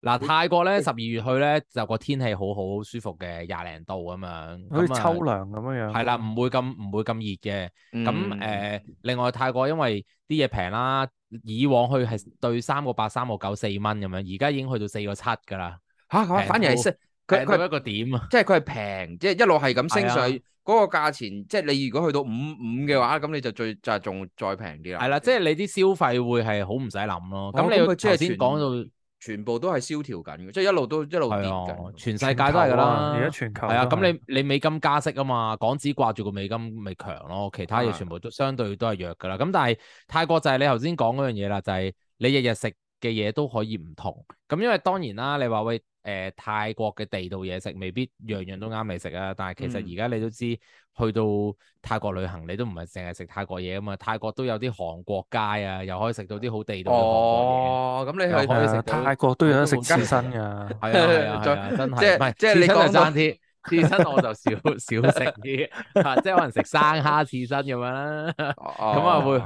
[SPEAKER 3] 嗱，泰國咧十二月去咧就個天氣好好舒服嘅，廿零度咁樣，
[SPEAKER 1] 好似
[SPEAKER 3] 咁啊
[SPEAKER 1] 秋涼咁樣樣。
[SPEAKER 3] 係啦，唔會咁唔會咁熱嘅。咁誒、
[SPEAKER 2] 嗯
[SPEAKER 3] 呃另外泰國因為啲嘢平啦，以往去係對三個八、三個九、四蚊咁樣，而家已經去到四個七㗎啦，
[SPEAKER 2] 嚇，咁
[SPEAKER 3] 平
[SPEAKER 2] 反而係
[SPEAKER 3] 到
[SPEAKER 2] 升，佢
[SPEAKER 3] 平
[SPEAKER 2] 佢
[SPEAKER 3] 到一個點啊！
[SPEAKER 2] 即係佢係平，即係一路係咁升
[SPEAKER 3] 係啊
[SPEAKER 2] 上去，嗰個價錢即係你如果去到五五嘅話，咁你就最就係仲再平啲啦。
[SPEAKER 3] 係啦，即係你啲消費會係好唔使諗咯。咁、
[SPEAKER 2] 哦
[SPEAKER 3] 你
[SPEAKER 2] 咁佢即係
[SPEAKER 3] 頭先講到
[SPEAKER 2] 全部都係蕭條緊嘅，即係一路都一路跌
[SPEAKER 3] 係
[SPEAKER 2] 緊
[SPEAKER 3] 啊，。全世界
[SPEAKER 1] 全
[SPEAKER 3] 都係㗎
[SPEAKER 1] 球啊
[SPEAKER 3] 啦。
[SPEAKER 1] 而家全球
[SPEAKER 3] 係啊，
[SPEAKER 1] 都
[SPEAKER 3] 咁你你美金加息啊嘛，港紙掛住個美金咪強咯，其他嘢
[SPEAKER 2] 啊
[SPEAKER 3] 全部都相對都係弱噶啦。咁但係泰國就係你頭先講嗰樣嘢啦，就係、你日日食嘅嘢都可以唔同。咁因為當然啦，你話喂誒、呃泰國嘅地道嘢食未必樣樣都啱你食啊，但係
[SPEAKER 1] 嗯
[SPEAKER 3] 其實而家你都知、去到泰國旅行你都唔係淨係食泰國嘢啊嘛，泰國都有啲韓國街啊，又可以食到啲好地道嘅韓國嘢。
[SPEAKER 2] 哦，咁你
[SPEAKER 3] 又
[SPEAKER 2] 去
[SPEAKER 3] 可以
[SPEAKER 1] 係
[SPEAKER 3] 食
[SPEAKER 1] 啊
[SPEAKER 3] 到
[SPEAKER 2] 哦
[SPEAKER 1] 泰國都有得食
[SPEAKER 3] 都冇
[SPEAKER 1] 刺
[SPEAKER 3] 雞
[SPEAKER 1] 身㗎。
[SPEAKER 3] 係啊係啊係啊，真
[SPEAKER 2] 即係
[SPEAKER 3] 係唔係
[SPEAKER 2] 即係你
[SPEAKER 3] 刺身
[SPEAKER 2] 講
[SPEAKER 3] 就
[SPEAKER 2] 到
[SPEAKER 3] 爭啲， 刺身我就少少食啲，啊即係可能食生蝦刺身咁樣啦，咁
[SPEAKER 2] 咁
[SPEAKER 3] 啊會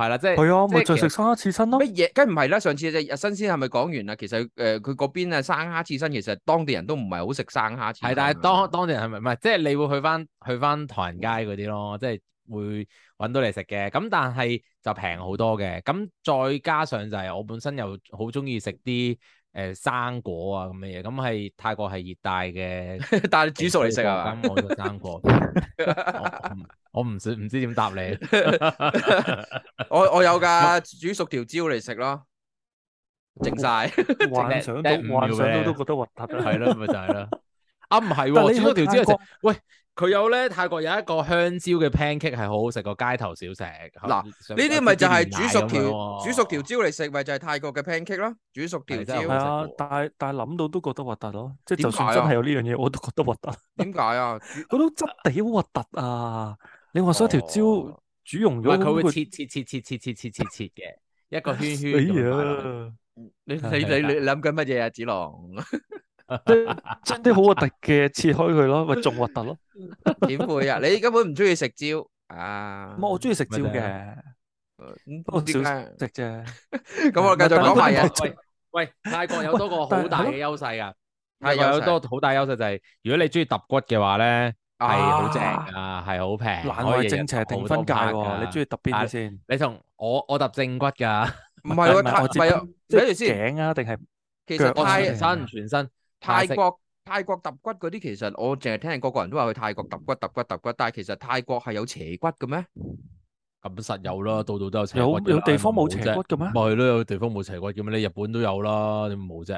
[SPEAKER 3] 係啦，即係
[SPEAKER 1] 係啊，
[SPEAKER 3] 即
[SPEAKER 1] 咪
[SPEAKER 3] 係
[SPEAKER 1] 就
[SPEAKER 3] 其實
[SPEAKER 1] 食生蝦刺身咯。
[SPEAKER 2] 哦乜嘢？梗唔係啦，上次隻新鮮係咪講完啦？其實誒，佢嗰邊啊生蝦刺身，其實當地人都唔係好食生蝦刺身。
[SPEAKER 3] 係，但係當當地人係咪唔係？即係你會去翻去翻唐人街嗰啲咯，即係會揾到你食嘅。咁但係就平好多嘅。咁再加上就係我本身又好中意食啲誒生果啊咁嘅嘢。咁係泰國係熱帶嘅
[SPEAKER 2] 但係煮熟嚟食啊嘛？
[SPEAKER 3] 地方咁我就生 果，我唔我唔知唔知點答你。
[SPEAKER 2] 我我有㗎，煮熟條蕉嚟食咯，整晒。
[SPEAKER 1] 幻想到
[SPEAKER 3] 即係唔要
[SPEAKER 1] 幻想
[SPEAKER 3] 嘅
[SPEAKER 1] 到都覺得核突 啊。
[SPEAKER 3] 係咯，咪就係咯。啊，唔
[SPEAKER 1] 但
[SPEAKER 3] 係喎，
[SPEAKER 1] 你
[SPEAKER 3] 煮咗
[SPEAKER 1] 去
[SPEAKER 3] 條蕉嚟
[SPEAKER 1] 泰
[SPEAKER 3] 食。喂，佢有咧，泰國有一個香蕉嘅 pancake 係好好食過街頭小食。
[SPEAKER 2] 嗱
[SPEAKER 3] 嗱，呢
[SPEAKER 2] 呢啲咪就係煮熟條煮熟條蕉嚟食，咪就係泰國嘅 pancake 咯，煮熟條
[SPEAKER 3] 係真係
[SPEAKER 1] 係
[SPEAKER 2] 蕉。
[SPEAKER 3] 好
[SPEAKER 1] 啊
[SPEAKER 3] 食喎，
[SPEAKER 1] 但係但係諗到都覺得核突咯，即係
[SPEAKER 2] 點
[SPEAKER 1] 就算
[SPEAKER 2] 解
[SPEAKER 1] 真
[SPEAKER 2] 啊
[SPEAKER 1] 係有呢樣嘢，我都覺得核突。
[SPEAKER 2] 點解啊？
[SPEAKER 1] 嗰種質地好核突啊！你話想條蕉
[SPEAKER 2] 哦
[SPEAKER 1] 煮溶
[SPEAKER 3] 唔
[SPEAKER 1] 咗，
[SPEAKER 3] 係
[SPEAKER 1] 咁
[SPEAKER 3] 佢會
[SPEAKER 1] 佢
[SPEAKER 3] 切切切切切切切切切嘅一個圈圈咁樣擺落去。
[SPEAKER 1] 哎呀，
[SPEAKER 2] 你你你你諗緊乜嘢啊？子龍
[SPEAKER 1] 即係將啲好核突嘅切開佢咯，咪仲核突咯。
[SPEAKER 2] 點會啊？你根本唔中意食蕉啊！
[SPEAKER 1] 咁我中意食蕉
[SPEAKER 3] 咪就係
[SPEAKER 1] 嘅，
[SPEAKER 2] 嗯
[SPEAKER 1] 不過
[SPEAKER 2] 點
[SPEAKER 1] 少
[SPEAKER 2] 解
[SPEAKER 1] 食啫。
[SPEAKER 2] 咁我繼續講啊埋
[SPEAKER 1] 咪
[SPEAKER 2] 嘢。
[SPEAKER 1] 就
[SPEAKER 3] 喂喂，泰國有多個好大嘅優勢㗎，
[SPEAKER 2] 但係
[SPEAKER 3] 泰國
[SPEAKER 2] 有
[SPEAKER 3] 有多個好大優勢就係，如果你中意揼骨嘅話咧，係好正
[SPEAKER 1] 啊
[SPEAKER 3] 㗎，係好平，
[SPEAKER 1] 難
[SPEAKER 3] 可
[SPEAKER 1] 為
[SPEAKER 3] 以日日
[SPEAKER 1] 正邪
[SPEAKER 3] 揼
[SPEAKER 1] 定
[SPEAKER 3] 好
[SPEAKER 1] 分
[SPEAKER 3] 多
[SPEAKER 1] 界
[SPEAKER 3] part
[SPEAKER 1] 喎，
[SPEAKER 3] 㗎
[SPEAKER 1] 你中意揼邊啲
[SPEAKER 3] 但
[SPEAKER 1] 先？
[SPEAKER 3] 你同我我揼正骨㗎，
[SPEAKER 2] 唔係喎，
[SPEAKER 1] 唔係
[SPEAKER 2] 泰
[SPEAKER 1] 我
[SPEAKER 2] 唔
[SPEAKER 1] 知
[SPEAKER 2] 係啊，
[SPEAKER 1] 即
[SPEAKER 2] 睇住
[SPEAKER 1] 係
[SPEAKER 2] 先。
[SPEAKER 1] 頸啊，定係
[SPEAKER 2] 其
[SPEAKER 1] 腳
[SPEAKER 2] 實
[SPEAKER 1] 啊
[SPEAKER 3] 我
[SPEAKER 1] 太
[SPEAKER 3] 全身全身。
[SPEAKER 2] 泰
[SPEAKER 3] 泰
[SPEAKER 2] 泰
[SPEAKER 3] 式
[SPEAKER 2] 國泰國揼骨嗰啲，其實我淨係聽個個人都話去泰國揼骨揼骨揼骨，但係其實泰國係有斜骨嘅咩？
[SPEAKER 3] 咁實有啦，度度都有斜
[SPEAKER 1] 有
[SPEAKER 3] 骨㗎啦
[SPEAKER 1] 有地方冇
[SPEAKER 3] 冇
[SPEAKER 1] 斜
[SPEAKER 3] 啫
[SPEAKER 1] 骨嘅咩
[SPEAKER 3] 咪？係咯，有地方冇斜骨嘅咩？你日本都有啦，你冇啫。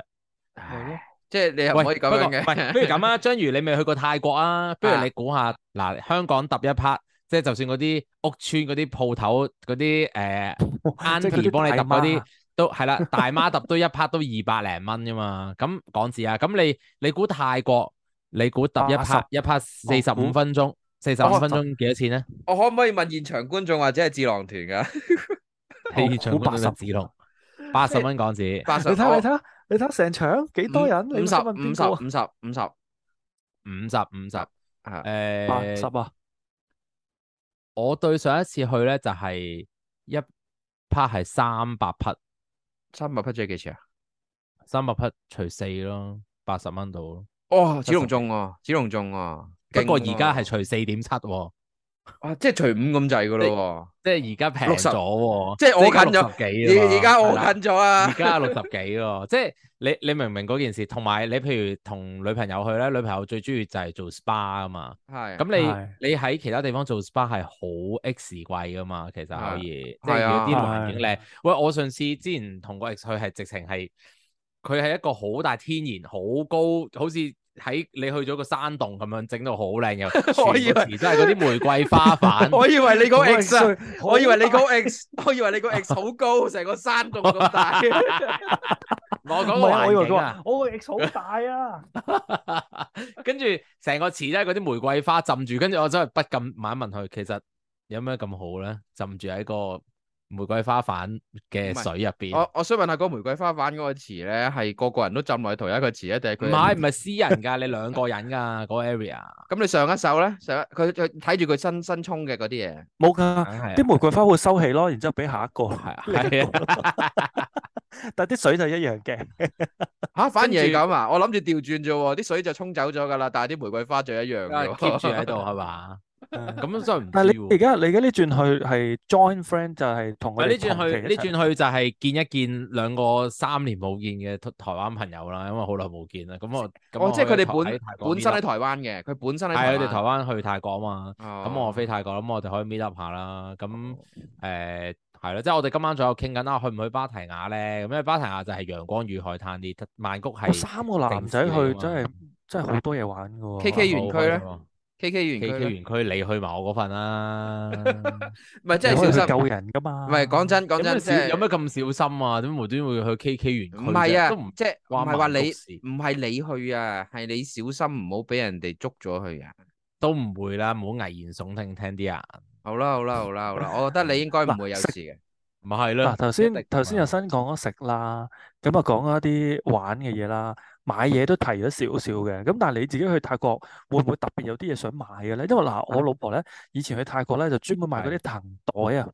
[SPEAKER 1] 係咯
[SPEAKER 2] 唉即係你係
[SPEAKER 3] 喂
[SPEAKER 2] 唔可以咁
[SPEAKER 3] 不過
[SPEAKER 2] 樣
[SPEAKER 3] 唔係，
[SPEAKER 2] 嘅。
[SPEAKER 3] 不如咁啊，章魚你未去過泰國 啊？不如
[SPEAKER 2] 啊
[SPEAKER 3] 你估下嗱，香港揼一 part，即係就算嗰啲屋村嗰啲鋪頭嗰啲誒 auntie 幫你揼嗰啲，都 係啦，大媽揼都一 part 都二百零蚊啫嘛。咁港紙啊，咁你你估泰國你估揼一
[SPEAKER 1] 八十
[SPEAKER 2] 啊
[SPEAKER 3] part 一 part 四十
[SPEAKER 1] 我
[SPEAKER 2] 哦
[SPEAKER 3] 五
[SPEAKER 1] 估
[SPEAKER 3] 分鐘，四十
[SPEAKER 2] 我
[SPEAKER 3] 五分鐘幾多錢咧？
[SPEAKER 2] 我可唔可以問現場觀眾或者係智囊團㗎？
[SPEAKER 1] 我
[SPEAKER 3] 氣象
[SPEAKER 1] 估
[SPEAKER 3] 官都
[SPEAKER 1] 80
[SPEAKER 3] 指龍，八十蚊港紙，
[SPEAKER 2] 八
[SPEAKER 1] 你
[SPEAKER 2] 十，
[SPEAKER 1] 睇下
[SPEAKER 2] 我
[SPEAKER 1] 你睇下你睇下成場
[SPEAKER 2] Ừ,
[SPEAKER 1] 幾多人？你
[SPEAKER 2] 五十
[SPEAKER 1] 想問邊
[SPEAKER 2] 五
[SPEAKER 1] 個啊
[SPEAKER 2] 十五十五十
[SPEAKER 3] 五十五十，
[SPEAKER 2] 啊！
[SPEAKER 1] 八
[SPEAKER 3] 誒
[SPEAKER 1] 十。啊！
[SPEAKER 3] 我對上一次去咧就係、一 part 係三百匹，
[SPEAKER 2] 三百匹最幾錢啊？
[SPEAKER 3] 三百匹除四咯，八十蚊到咯。
[SPEAKER 2] 哦，
[SPEAKER 3] 七
[SPEAKER 2] 子
[SPEAKER 3] 十
[SPEAKER 2] 龍中喎，子龍中喎。
[SPEAKER 3] 不
[SPEAKER 2] 勁
[SPEAKER 3] 過而家
[SPEAKER 2] 喎
[SPEAKER 3] 係除四點七喎，
[SPEAKER 2] 啊，即係除五咁滯噶咯
[SPEAKER 3] 即係而家平
[SPEAKER 2] 60
[SPEAKER 3] 咗喎，
[SPEAKER 2] 即係我近咗
[SPEAKER 3] 近
[SPEAKER 2] 喎。而而家我
[SPEAKER 3] 近，
[SPEAKER 2] 近咗啊
[SPEAKER 3] 而！家六十幾咯。即係你你明唔明嗰件事？同埋你譬如同女朋友去咧，女朋友最中意就係做 SPA 啊嘛。
[SPEAKER 2] 係
[SPEAKER 3] 咁
[SPEAKER 2] 咁
[SPEAKER 1] 係
[SPEAKER 3] 你你喺其他地方做 SPA 係好 X 貴噶嘛，其實可以，即
[SPEAKER 2] 係
[SPEAKER 3] 係如
[SPEAKER 2] 啊
[SPEAKER 3] 果啲環境靚。喂，我上次之前同個 X 去係直情係，佢係一個好大天然、好高，好似喺你去咗個山洞咁樣整到好靚，又
[SPEAKER 2] 我以為。
[SPEAKER 3] 全部池都係嗰啲玫瑰花 瓣
[SPEAKER 2] 我以為你個 X à? 啊，
[SPEAKER 1] 衰
[SPEAKER 2] 我以為你個 X，我以為你個 X 好高，成個山洞咁大。
[SPEAKER 3] 我
[SPEAKER 1] 唔
[SPEAKER 3] 講個
[SPEAKER 1] 係啊我以為
[SPEAKER 3] 環
[SPEAKER 1] 佢
[SPEAKER 3] 境啊
[SPEAKER 1] 話，我個 X 好大啊！
[SPEAKER 3] 跟住成個池都係嗰啲玫瑰花浸住，跟住我真係不禁問一問佢，其實有咩咁好咧？浸住喺個玫瑰花瓣嘅
[SPEAKER 2] 唔係
[SPEAKER 3] 水入 邊。
[SPEAKER 2] 我我想問下，個玫瑰花瓣嗰個池咧，係個個人都浸落去同一個池啊，定係啊
[SPEAKER 3] 唔
[SPEAKER 2] 佢？
[SPEAKER 3] 係唔係私人㗎， 你兩個人㗎嗰、個 area，
[SPEAKER 2] 咁你上一手咧，上一佢佢睇住佢新新沖嘅嗰啲 嘢，
[SPEAKER 1] 冇㗎，啲
[SPEAKER 3] 梗
[SPEAKER 1] 玫瑰花會收起咯，然之後俾下一個，
[SPEAKER 3] 係係啊，
[SPEAKER 1] 但啲水就一樣嘅。
[SPEAKER 2] 吓反而係
[SPEAKER 3] 跟住
[SPEAKER 2] 咁啊！我諗住調轉啫喎，啲水就沖走咗噶啦，但係啲玫瑰花就一樣嘅喎哦
[SPEAKER 3] keep 住啊喺度係嘛？
[SPEAKER 1] 咁
[SPEAKER 3] 咁真係唔
[SPEAKER 1] 但係
[SPEAKER 3] 知
[SPEAKER 1] 你而
[SPEAKER 3] 喎。
[SPEAKER 1] 家你而家呢轉去係 join friend 就係同
[SPEAKER 3] 喂
[SPEAKER 1] 佢
[SPEAKER 3] 呢
[SPEAKER 1] 哋
[SPEAKER 3] 轉
[SPEAKER 1] 同期
[SPEAKER 3] 去
[SPEAKER 1] 一
[SPEAKER 3] 呢
[SPEAKER 1] 齊
[SPEAKER 3] 轉去就係見一見兩個三年冇見嘅台台灣朋友啦，因為好耐冇見啦。咁我咁
[SPEAKER 2] 哦，
[SPEAKER 3] 我
[SPEAKER 2] 即係佢
[SPEAKER 3] 去
[SPEAKER 2] 哋
[SPEAKER 3] 台
[SPEAKER 2] 本
[SPEAKER 3] 喺泰國
[SPEAKER 2] 本身
[SPEAKER 3] meet
[SPEAKER 2] 喺
[SPEAKER 3] up
[SPEAKER 2] 台灣嘅，佢本身喺
[SPEAKER 3] 係佢啊
[SPEAKER 2] 灣啊
[SPEAKER 3] 哋台灣去泰國啊嘛。
[SPEAKER 2] 哦
[SPEAKER 3] 咁我飛泰國，咁我哋可以 meet up 下啦。咁誒係啦，即係我哋今晚仲有傾緊啦，啊去唔去芭提雅咧？咁因為芭提雅就係陽光與海灘啲，曼谷
[SPEAKER 1] 我
[SPEAKER 3] 係
[SPEAKER 1] 三個男仔
[SPEAKER 3] 城市
[SPEAKER 1] 去
[SPEAKER 3] 嚟㗎嘛
[SPEAKER 1] 真係真係好多嘢玩嘅喎。
[SPEAKER 2] KK 園區咧，K
[SPEAKER 3] 啊
[SPEAKER 2] K 園
[SPEAKER 3] K
[SPEAKER 2] 區
[SPEAKER 3] K
[SPEAKER 2] 咧，
[SPEAKER 3] 園區你去埋我嗰份啦，
[SPEAKER 2] 唔係即係
[SPEAKER 1] 你可以
[SPEAKER 2] 小
[SPEAKER 1] 去
[SPEAKER 2] 心，
[SPEAKER 1] 救人噶嘛？
[SPEAKER 2] 唔係講真講
[SPEAKER 3] 啊有
[SPEAKER 2] 真，
[SPEAKER 3] 咩
[SPEAKER 2] 即
[SPEAKER 3] 小有
[SPEAKER 2] 係
[SPEAKER 3] 咩咁小心啊？點無端會去 K K 園區
[SPEAKER 2] 唔係啊
[SPEAKER 3] 啫都唔，
[SPEAKER 2] 即係唔
[SPEAKER 3] 關
[SPEAKER 2] 係話
[SPEAKER 3] 曼谷事
[SPEAKER 2] 你唔係你去啊，係你小心唔好俾人哋捉咗去啊！
[SPEAKER 3] 都唔會啦，唔好危言聳聽聽啲人，
[SPEAKER 2] 好啦 好啦好啦好啦，我覺得你應該唔
[SPEAKER 1] 嗱
[SPEAKER 2] 會有事
[SPEAKER 1] 食
[SPEAKER 2] 嘅。
[SPEAKER 3] 咪係咯。
[SPEAKER 1] 嗱，頭
[SPEAKER 3] 一定
[SPEAKER 1] 先頭先
[SPEAKER 3] 唔
[SPEAKER 1] 有
[SPEAKER 3] 係
[SPEAKER 1] 新講咗食啦，咁啊講咗一啲玩嘅嘢啦，買嘢都提咗少少嘅。咁但係你自己去泰國會唔會特別有啲嘢想買嘅咧？因為
[SPEAKER 3] 啊
[SPEAKER 1] 嗱，我老婆咧以前去泰國咧就專門買嗰啲藤袋啊，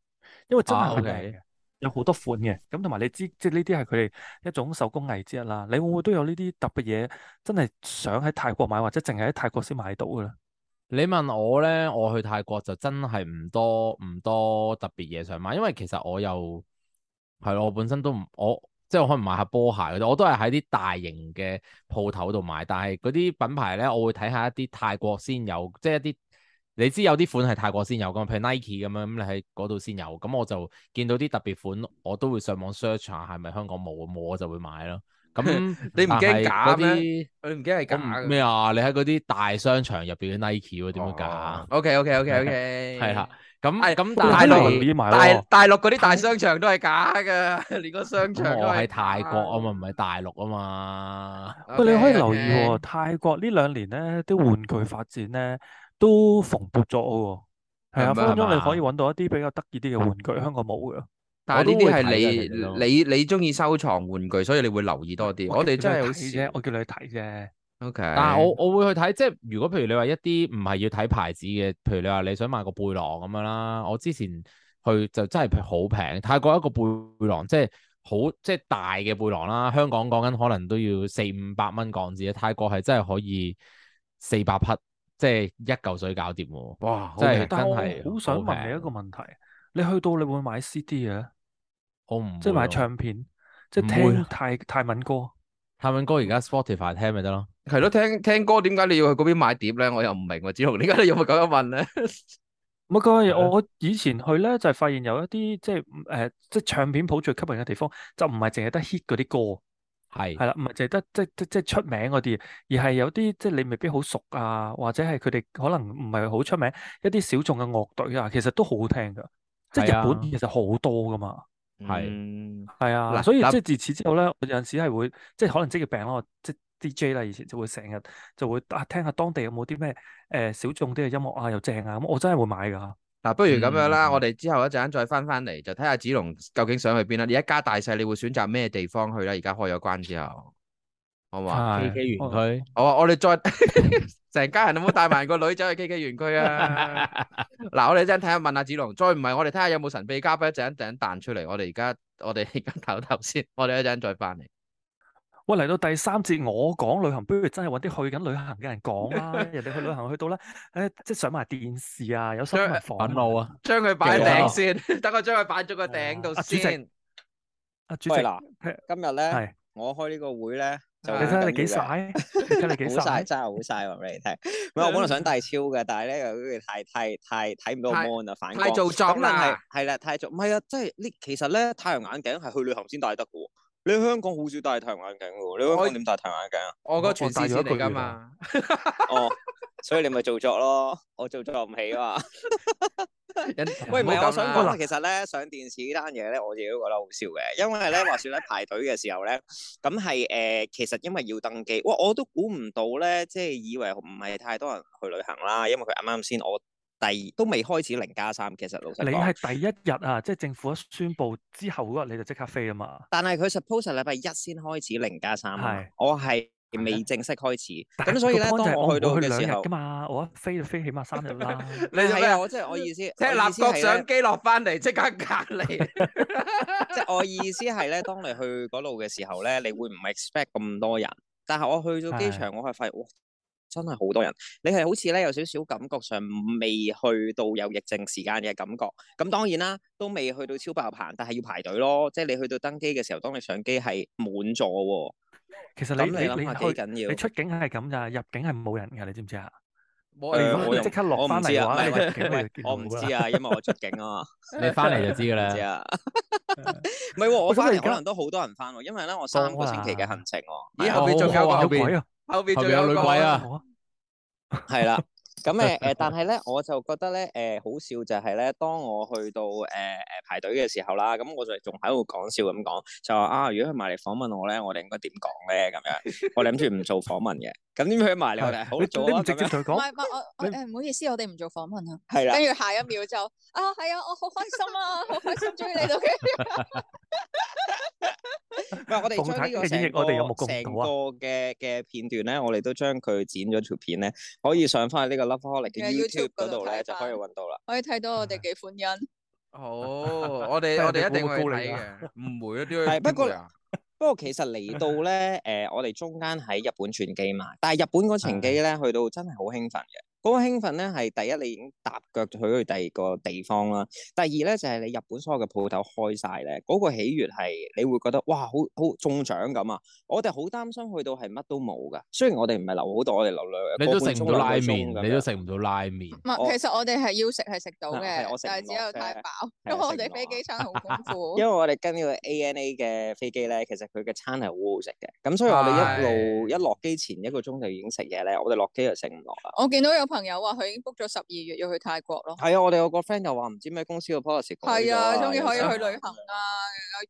[SPEAKER 1] 因為真係
[SPEAKER 3] 啊
[SPEAKER 1] 好靚
[SPEAKER 3] ，OK
[SPEAKER 1] 嘅，有好多款嘅。咁同埋你知即係呢啲係佢哋一種手工藝之一啦。你會唔會都有呢啲特別嘢真係想喺泰國買，或者淨係喺泰國先買到嘅咧？
[SPEAKER 3] 你問我咧，我去泰國就真係唔多唔多特別嘢想買，因為其實我又係咯，我本身都唔我即係我可能買下波鞋嗰啲，我都係喺啲大型嘅鋪頭度買，但係嗰啲品牌咧，我會睇下一啲泰國先有，即係一啲你知有啲款係泰國先有噶嘛，譬如 Nike 咁樣，咁你喺嗰度先有，咁我就見到啲特別款，我都會上網 search 下係咪香港冇，冇我就會買咯。咁
[SPEAKER 2] 你唔
[SPEAKER 3] 但
[SPEAKER 2] 驚
[SPEAKER 3] 係
[SPEAKER 2] 假
[SPEAKER 3] 嗰
[SPEAKER 2] 咩
[SPEAKER 3] 啲
[SPEAKER 2] 你唔驚係
[SPEAKER 3] 我
[SPEAKER 2] 假
[SPEAKER 3] 唔
[SPEAKER 2] 嘅
[SPEAKER 3] 咩啊？你喺嗰啲大商場入邊嘅 Nike 喎，點樣假？啊
[SPEAKER 2] o k OK OK OK，
[SPEAKER 3] 係啊啦，咁
[SPEAKER 2] 係
[SPEAKER 3] 咁
[SPEAKER 2] 大
[SPEAKER 3] 但
[SPEAKER 1] 都
[SPEAKER 2] 陸
[SPEAKER 1] 係
[SPEAKER 3] 係
[SPEAKER 1] 留意埋
[SPEAKER 2] 大
[SPEAKER 1] 喎。
[SPEAKER 2] 大陸嗰啲大商場都係假嘅， 連個商場
[SPEAKER 3] 咁
[SPEAKER 2] 都
[SPEAKER 3] 我喺
[SPEAKER 2] 係
[SPEAKER 3] 哦泰國啊嘛，唔係大陸啊嘛。
[SPEAKER 2] 假。
[SPEAKER 1] 喂，你可以留意
[SPEAKER 2] OK，OK
[SPEAKER 1] 喎，泰國呢兩年咧啲玩具發展咧都蓬勃咗喎。係啊，
[SPEAKER 2] 係咪
[SPEAKER 1] 分分鐘你可以
[SPEAKER 3] 係
[SPEAKER 1] 揾到一啲比較得意啲嘅玩具，香港冇嘅。
[SPEAKER 2] 但係呢啲係
[SPEAKER 3] 我都會睇嘅其實都
[SPEAKER 2] 你你你中意收藏玩具，所以你會留意多啲。我哋真係
[SPEAKER 1] 係
[SPEAKER 2] 好
[SPEAKER 1] 啫，
[SPEAKER 2] 少。
[SPEAKER 1] 我叫你去睇啫。
[SPEAKER 2] O K，
[SPEAKER 3] 但係我我會去睇，即係如果譬如你話一啲唔係要睇牌子嘅，譬如你話你想買個背囊咁樣啦，我之前去就真係好平，泰國一個背囊即係好即係大嘅背囊啦，香港講緊可能都要四五百蚊港紙，啊泰國係真係可以四百匹，即係一嚿水搞掂喎。
[SPEAKER 2] 哇，
[SPEAKER 3] 真係
[SPEAKER 2] 係
[SPEAKER 1] 但
[SPEAKER 3] 真
[SPEAKER 1] 係
[SPEAKER 3] 係
[SPEAKER 1] 我好想
[SPEAKER 3] 好
[SPEAKER 1] 問你
[SPEAKER 3] 平
[SPEAKER 1] 一個問題，你去到你會買 CD 嘅，
[SPEAKER 3] 我唔
[SPEAKER 1] 即係
[SPEAKER 3] 會
[SPEAKER 1] 買
[SPEAKER 3] 咯
[SPEAKER 1] 唱片，即
[SPEAKER 3] 唔
[SPEAKER 1] 係
[SPEAKER 3] 會
[SPEAKER 1] 聽
[SPEAKER 3] 啊
[SPEAKER 1] 泰 泰文歌。
[SPEAKER 3] 泰文歌而家 Spotify 聽咪得咯。
[SPEAKER 2] 係咯，聽聽歌點解你要去嗰邊買碟咧？我又唔明喎，子龍點解你有冇咁樣問咧？
[SPEAKER 1] 唔係佢，
[SPEAKER 3] 係啊咯
[SPEAKER 1] 我以前去咧就係發現有一啲即係誒、呃即係唱片鋪最吸引嘅地方，就唔係淨係得 hit 嗰啲歌。
[SPEAKER 3] 係
[SPEAKER 1] 係啦，唔係淨係得即即即出名嗰啲，而係有啲即你未必好熟啊，或者係佢哋可能唔係好出名，一啲小眾嘅樂隊啊，其實都好好聽噶。即
[SPEAKER 3] 係
[SPEAKER 1] 日
[SPEAKER 3] 啊
[SPEAKER 1] 本其實好多噶嘛，
[SPEAKER 2] 係
[SPEAKER 3] 係
[SPEAKER 2] 嗯
[SPEAKER 1] 係啊，
[SPEAKER 2] 嗱
[SPEAKER 1] 所以
[SPEAKER 2] 嗱
[SPEAKER 1] 即自此之後咧，我有陣時係會即可能職業病咯，即 DJ 啦，以前就會成日就會啊聽下當地有冇啲咩誒小眾啲嘅音樂啊，又正啊，咁我真係會買噶。
[SPEAKER 2] 嗱，不如咁樣啦，
[SPEAKER 3] 嗯
[SPEAKER 2] 我哋之後一陣再翻翻嚟，就睇下子龍究竟想去邊啦。你一家大細，你會選擇咩地方去啦？而家開咗關之後，好唔好啊？
[SPEAKER 1] 係
[SPEAKER 3] KK 園區。
[SPEAKER 2] 好啊，我哋再 成家人有冇帶埋個女走去 KK 園 區 啊？嗱，我哋一陣睇下問下子龍，再唔係我哋睇下有冇神秘嘉賓一陣一陣彈出嚟。我哋而家 我哋而家唞唞先，我哋一陣再翻嚟。
[SPEAKER 1] 喂，嚟到第三節，我講旅行，不如真係揾啲去緊旅行嘅人講 啦。人哋去旅行去到咧，誒、即係上埋電視啊，有新聞
[SPEAKER 3] 揾
[SPEAKER 1] 房
[SPEAKER 3] 路 啊！
[SPEAKER 2] 將佢擺頂先， 等我將佢擺咗個頂度
[SPEAKER 1] 啊主席
[SPEAKER 2] 先。
[SPEAKER 1] 啊，主席
[SPEAKER 4] 喂，嗱，今日咧，
[SPEAKER 1] 係
[SPEAKER 4] 我開呢個會咧，就
[SPEAKER 1] 你睇下你幾
[SPEAKER 4] 好緊要嘅
[SPEAKER 1] 晒，你 睇你幾
[SPEAKER 4] 好晒
[SPEAKER 1] 晒，
[SPEAKER 4] 真係好晒，話 俾你聽。唔係我本來想帶超嘅，但係咧又佢太太太睇唔到個
[SPEAKER 2] 太
[SPEAKER 4] mon 啊，反光。
[SPEAKER 2] 太做作
[SPEAKER 4] 咁但
[SPEAKER 2] 啦
[SPEAKER 4] 係，係啦，太做唔係啊，即係呢其實咧太陽眼鏡係去旅行先戴得嘅喎。你喺香港好少戴太陽眼鏡嘅喎，你喺香
[SPEAKER 2] 我
[SPEAKER 4] 港點戴太陽眼鏡啊？
[SPEAKER 2] 我個
[SPEAKER 1] 我
[SPEAKER 2] 全
[SPEAKER 1] 帶
[SPEAKER 2] 視
[SPEAKER 1] 咗
[SPEAKER 2] 線
[SPEAKER 1] 一個
[SPEAKER 2] 嚟噶
[SPEAKER 1] 月
[SPEAKER 2] 嘛。
[SPEAKER 4] 哦，所以你咪做作咯，我做作唔起啊嘛。
[SPEAKER 2] 人
[SPEAKER 4] 喂，唔
[SPEAKER 2] 好
[SPEAKER 4] 係，我
[SPEAKER 2] 咁
[SPEAKER 4] 想
[SPEAKER 2] 啦
[SPEAKER 4] 講啊，其實咧上電視呢單嘢咧，我自己都覺得好笑嘅，因為咧話説咧排隊嘅時候咧，咁係誒其實因為要登記，哇！我都估唔到咧，即係以為唔係太多人去旅行啦，因為佢啱啱先我第都未開始零加三，其實老實
[SPEAKER 1] 你
[SPEAKER 4] 講，
[SPEAKER 1] 係第一日啊，即係政府一宣布之後嗰日你就即刻飛啊嘛。
[SPEAKER 4] 但係佢 suppose 係禮拜一先開始零加三啊
[SPEAKER 1] 係，
[SPEAKER 4] 我係
[SPEAKER 1] 係啊
[SPEAKER 4] 未正式開始，
[SPEAKER 1] 但
[SPEAKER 4] 咁
[SPEAKER 1] 係
[SPEAKER 4] 所以
[SPEAKER 1] 個
[SPEAKER 4] 咧
[SPEAKER 1] point 就
[SPEAKER 4] 當
[SPEAKER 1] 係
[SPEAKER 4] 我去到
[SPEAKER 1] 唔會
[SPEAKER 4] 嘅時
[SPEAKER 1] 兩日
[SPEAKER 4] 候
[SPEAKER 1] 噶。嘛，我一飛就飛起碼三日 啦。
[SPEAKER 2] 你做
[SPEAKER 4] 係啊，
[SPEAKER 2] 咩？
[SPEAKER 4] 我即係我意思，
[SPEAKER 2] 即係
[SPEAKER 4] 我意
[SPEAKER 2] 立
[SPEAKER 4] 思係
[SPEAKER 2] 國
[SPEAKER 4] 咧
[SPEAKER 2] 上機落翻嚟，即刻隔 離。
[SPEAKER 4] 即係我意思係咧，當你去嗰度嘅時候咧，你會唔 expect 咁多人，但係我去咗機場，我係發現哇，真係好多人。你係好似咧有少少感覺上未去到有疫症時間嘅感覺。咁當然啦，都未去到超爆棚，但係要排隊咯。即係你去到登機嘅時候，當你上機係滿座喎。
[SPEAKER 1] 其實
[SPEAKER 4] 咁
[SPEAKER 1] 你
[SPEAKER 4] 你諗
[SPEAKER 1] 你
[SPEAKER 4] 下幾
[SPEAKER 1] 去
[SPEAKER 4] 緊要
[SPEAKER 1] 你？出境係咁咋，入境係冇人㗎，你知唔知啊？
[SPEAKER 2] 我
[SPEAKER 4] 誒
[SPEAKER 1] 你
[SPEAKER 4] 我
[SPEAKER 1] 如果
[SPEAKER 4] 又
[SPEAKER 1] 即刻
[SPEAKER 4] 我
[SPEAKER 1] 落
[SPEAKER 4] 唔
[SPEAKER 1] 翻嚟
[SPEAKER 4] 知
[SPEAKER 1] 嘅
[SPEAKER 4] 啊
[SPEAKER 1] 話，你
[SPEAKER 4] 喂
[SPEAKER 1] 入境你就
[SPEAKER 4] 我唔
[SPEAKER 1] 見到
[SPEAKER 4] 知
[SPEAKER 1] 啦。
[SPEAKER 4] 啊，因為我出境啊嘛。
[SPEAKER 3] 你翻嚟就知㗎
[SPEAKER 4] 唔知
[SPEAKER 3] 啦。
[SPEAKER 4] 啊， 唔係喎，我
[SPEAKER 1] 喂咁
[SPEAKER 4] 翻
[SPEAKER 1] 你
[SPEAKER 4] 嚟
[SPEAKER 1] 而家
[SPEAKER 4] 可能都好多人翻喎，因為咧我三個星期嘅行程喎。
[SPEAKER 2] 咦
[SPEAKER 4] 係啊
[SPEAKER 2] 後邊仲有個
[SPEAKER 3] 哦好好
[SPEAKER 2] 後
[SPEAKER 3] 啊
[SPEAKER 1] 有
[SPEAKER 2] 邊
[SPEAKER 1] 鬼，啊！
[SPEAKER 2] 後邊
[SPEAKER 3] 後
[SPEAKER 2] 仲
[SPEAKER 3] 面有
[SPEAKER 2] 有
[SPEAKER 3] 女
[SPEAKER 2] 個
[SPEAKER 3] 鬼啊
[SPEAKER 1] 好啊
[SPEAKER 4] 係啦， 咁誒誒，但係咧，我就覺得咧，誒、好笑就係咧，當我去到誒誒、排隊嘅時候啦，咁我就仲喺度講笑咁講，就話啊，如果佢埋嚟訪問我咧，我哋應該點講咧？咁樣，我哋諗住唔做訪問嘅，咁點解佢埋嚟我哋好
[SPEAKER 1] 你
[SPEAKER 4] 做
[SPEAKER 1] 你唔
[SPEAKER 4] 啊？咁
[SPEAKER 1] 直接
[SPEAKER 4] 樣
[SPEAKER 1] 同佢
[SPEAKER 5] 唔
[SPEAKER 1] 講
[SPEAKER 5] 係唔係，我我
[SPEAKER 1] 你
[SPEAKER 5] 誒唔好意思，我哋唔做訪問啊。
[SPEAKER 4] 係啦
[SPEAKER 5] 跟，住下一秒就啊係啊，我好開心啊，好開心終於嚟到嘅。
[SPEAKER 4] 唔係我哋將呢個
[SPEAKER 1] 鳳太嘅演繹
[SPEAKER 4] 成個
[SPEAKER 1] 我哋有目共睹啊
[SPEAKER 4] 成個嘅嘅片段咧，我哋都將佢剪咗條片咧，可以上翻呢個 Loveholic 嘅
[SPEAKER 5] 嘅
[SPEAKER 4] YouTube
[SPEAKER 5] 啊 YouTube
[SPEAKER 4] 嗰度咧，
[SPEAKER 5] 嗰度睇
[SPEAKER 4] 就
[SPEAKER 5] 返
[SPEAKER 4] 可以揾到啦。
[SPEAKER 5] 可以睇到我哋幾歡欣。
[SPEAKER 2] 好，我哋
[SPEAKER 1] 但係
[SPEAKER 2] 我哋一
[SPEAKER 1] 你
[SPEAKER 2] 定
[SPEAKER 1] 估唔
[SPEAKER 2] 會
[SPEAKER 1] 估你
[SPEAKER 2] 睇嘅，唔會啊點會
[SPEAKER 4] 係不過
[SPEAKER 2] 點會啊
[SPEAKER 4] 不過其實 嚟到咧，誒、我哋中間喺日本轉機嘛，但係日本嗰程機咧，去到真係好興奮嘅。嗰、個興奮咧係第一，你已經踏腳去去第二個地方啦；第二咧就係、你日本所有嘅鋪頭開晒咧，嗰、個喜悅係你會覺得哇，好好中獎咁啊！我哋好擔心去到係乜都冇噶，雖然我哋唔係留好多，我哋留
[SPEAKER 3] 你
[SPEAKER 4] 兩
[SPEAKER 3] 都
[SPEAKER 4] 個半
[SPEAKER 3] 食
[SPEAKER 4] 鐘
[SPEAKER 3] 唔到拉
[SPEAKER 4] 兩個鐘
[SPEAKER 3] 麵，
[SPEAKER 4] 咁
[SPEAKER 3] 你都
[SPEAKER 4] 樣
[SPEAKER 3] 食唔到拉麵。
[SPEAKER 5] 唔係，其實我哋係要食係食到
[SPEAKER 4] 係係我
[SPEAKER 5] 嘅
[SPEAKER 4] 食，
[SPEAKER 5] 但
[SPEAKER 4] 唔
[SPEAKER 5] 係只有
[SPEAKER 4] 落啫
[SPEAKER 5] 太飽，
[SPEAKER 4] 係
[SPEAKER 5] 因為
[SPEAKER 4] 我食
[SPEAKER 5] 我
[SPEAKER 4] 唔
[SPEAKER 5] 哋
[SPEAKER 4] 落
[SPEAKER 5] 飛機餐好豐 富
[SPEAKER 4] 因。為我哋跟呢個 ANA 嘅飛機咧，其實佢嘅餐係好好食嘅，咁所以我哋一路一落機前一個鐘就已經食嘢咧，我哋落機就食唔落啦。
[SPEAKER 5] 我見到有朋友話佢已經 book 咗十二月要去泰國咯。
[SPEAKER 4] 係啊，我哋有個 friend 又話唔知咩公司個 policy 改咗
[SPEAKER 5] 係啊，終於可以
[SPEAKER 4] 有時
[SPEAKER 5] 去旅行啊！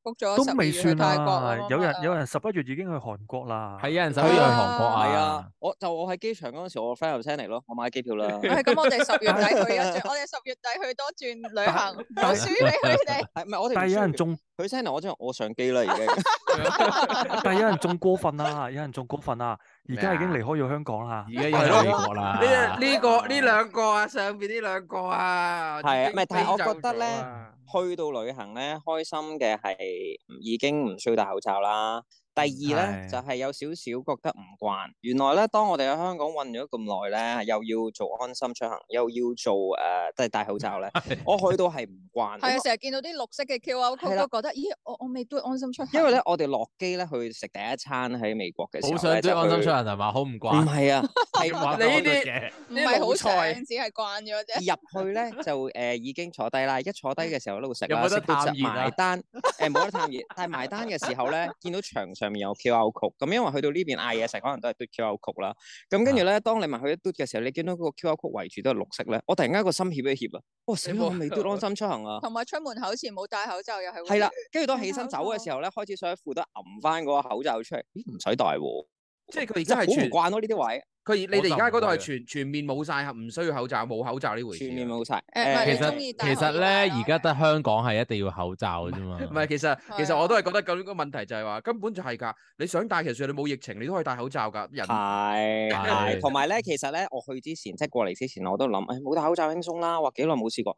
[SPEAKER 5] book 咗
[SPEAKER 1] 都
[SPEAKER 5] 十二
[SPEAKER 1] 未
[SPEAKER 5] 月去
[SPEAKER 1] 算
[SPEAKER 5] 泰國啊
[SPEAKER 1] 啊！
[SPEAKER 5] 嘛
[SPEAKER 1] 有人有人十一月已經去韓國啦，
[SPEAKER 3] 係有人走咗去韓國啊，
[SPEAKER 4] 係啊，我就我喺機場嗰陣時，我個 friend 又 send 嚟咯，我買機票啦。
[SPEAKER 5] 係咁，我哋十月 底去一轉，我哋十月底去多轉旅行，唔好
[SPEAKER 1] 但
[SPEAKER 5] 輸俾佢哋。
[SPEAKER 4] 係唔係我哋唔
[SPEAKER 1] 但係
[SPEAKER 4] 需
[SPEAKER 1] 有
[SPEAKER 4] 要
[SPEAKER 1] 人仲，
[SPEAKER 4] 佢 send 嚟，我真係我上機啦已經。
[SPEAKER 1] 但係有人仲過分啦，有人仲過分啦，而家已經
[SPEAKER 2] 咩
[SPEAKER 1] 離開咗香港啦
[SPEAKER 3] 而。家已經去美國啦。
[SPEAKER 4] 啊
[SPEAKER 2] 呢呢個呢兩個啊，上邊呢兩個啊，
[SPEAKER 4] 係啊
[SPEAKER 2] 已經
[SPEAKER 4] 唔係但係我覺得
[SPEAKER 2] 飛走咗啊
[SPEAKER 4] 去到旅行咧，開心嘅係已經唔需要戴口罩啦。第二咧
[SPEAKER 1] 係
[SPEAKER 4] 就係有少少覺得唔慣。原來咧，當我哋喺香港混咗咁耐咧，又要做安心出行，又要做誒，呃即、係戴口罩咧，我去到係唔慣。
[SPEAKER 5] 係啊，
[SPEAKER 4] 咁
[SPEAKER 5] 成日見到啲綠色嘅 QR
[SPEAKER 4] 係
[SPEAKER 5] code
[SPEAKER 4] 啦
[SPEAKER 5] 都覺得，咦，我我未都安心出行。
[SPEAKER 4] 因為咧，我哋落機咧去食第一餐喺美國嘅時候
[SPEAKER 3] 好
[SPEAKER 4] 呢
[SPEAKER 3] 想追安心出。行係嘛？好唔
[SPEAKER 4] 就去唔
[SPEAKER 3] 慣，
[SPEAKER 4] 係 啊，係
[SPEAKER 2] 你呢啲
[SPEAKER 3] 嘅
[SPEAKER 5] 唔
[SPEAKER 2] 呢
[SPEAKER 5] 係
[SPEAKER 2] 老
[SPEAKER 5] 好
[SPEAKER 2] 菜
[SPEAKER 5] 想，只係慣咗啫。
[SPEAKER 4] 入去咧就誒、呃已經坐低啦，一坐低嘅時候喺度食
[SPEAKER 3] 有
[SPEAKER 4] 啦，
[SPEAKER 3] 冇得
[SPEAKER 4] 食到
[SPEAKER 3] 探
[SPEAKER 4] 就
[SPEAKER 3] 熱啊
[SPEAKER 4] 埋單， 誒冇得探熱，但係埋單嘅時 候咧，見到牆上面有 QR code，咁因為去到呢邊嗌嘢食可能都係嘟 QR code 啦，
[SPEAKER 2] 啊
[SPEAKER 4] 咁跟住咧，當你問佢一嘟嘅時候，你見到嗰個 QR code 圍住都係綠色咧，我突然間個心怯一怯啊，哇死
[SPEAKER 2] 你
[SPEAKER 4] 啦，
[SPEAKER 2] 冇
[SPEAKER 4] 我未嘟安心出 行啊！
[SPEAKER 5] 同埋出門口前冇戴口罩又係會
[SPEAKER 4] 係啦，跟住當
[SPEAKER 5] 戴
[SPEAKER 4] 起身
[SPEAKER 5] 口
[SPEAKER 4] 走嘅
[SPEAKER 5] 罩
[SPEAKER 4] 時候咧，開始想喺褲都揞翻嗰個口罩出嚟，咦唔使戴喎，
[SPEAKER 2] 即係佢而
[SPEAKER 4] 真
[SPEAKER 2] 家
[SPEAKER 4] 係
[SPEAKER 2] 係
[SPEAKER 4] 好唔
[SPEAKER 2] 全
[SPEAKER 4] 慣咯呢啲位，
[SPEAKER 2] 佢你哋而家嗰度
[SPEAKER 3] 我就唔會啊
[SPEAKER 2] 係全全面冇晒，唔需要口罩，冇口罩呢回事啊。
[SPEAKER 4] 全面冇晒。
[SPEAKER 5] 誒唔係
[SPEAKER 3] 其
[SPEAKER 4] 誒
[SPEAKER 5] 你中
[SPEAKER 3] 實
[SPEAKER 5] 意戴
[SPEAKER 3] 其實
[SPEAKER 5] 口罩
[SPEAKER 3] 咧，
[SPEAKER 5] 咯
[SPEAKER 3] 而家得香港係一定要口罩啫嘛。
[SPEAKER 2] 唔係，其實
[SPEAKER 5] 啊
[SPEAKER 2] 其實我都係覺得咁個問題就係話，根本就係㗎。你想戴，其實你冇疫情，你都可以戴口罩㗎。人
[SPEAKER 4] 係
[SPEAKER 3] 係
[SPEAKER 4] 係，同埋咧，其實咧，我去之前即係過嚟之前，我都諗，誒冇戴口罩輕鬆啦，哇幾耐冇試過。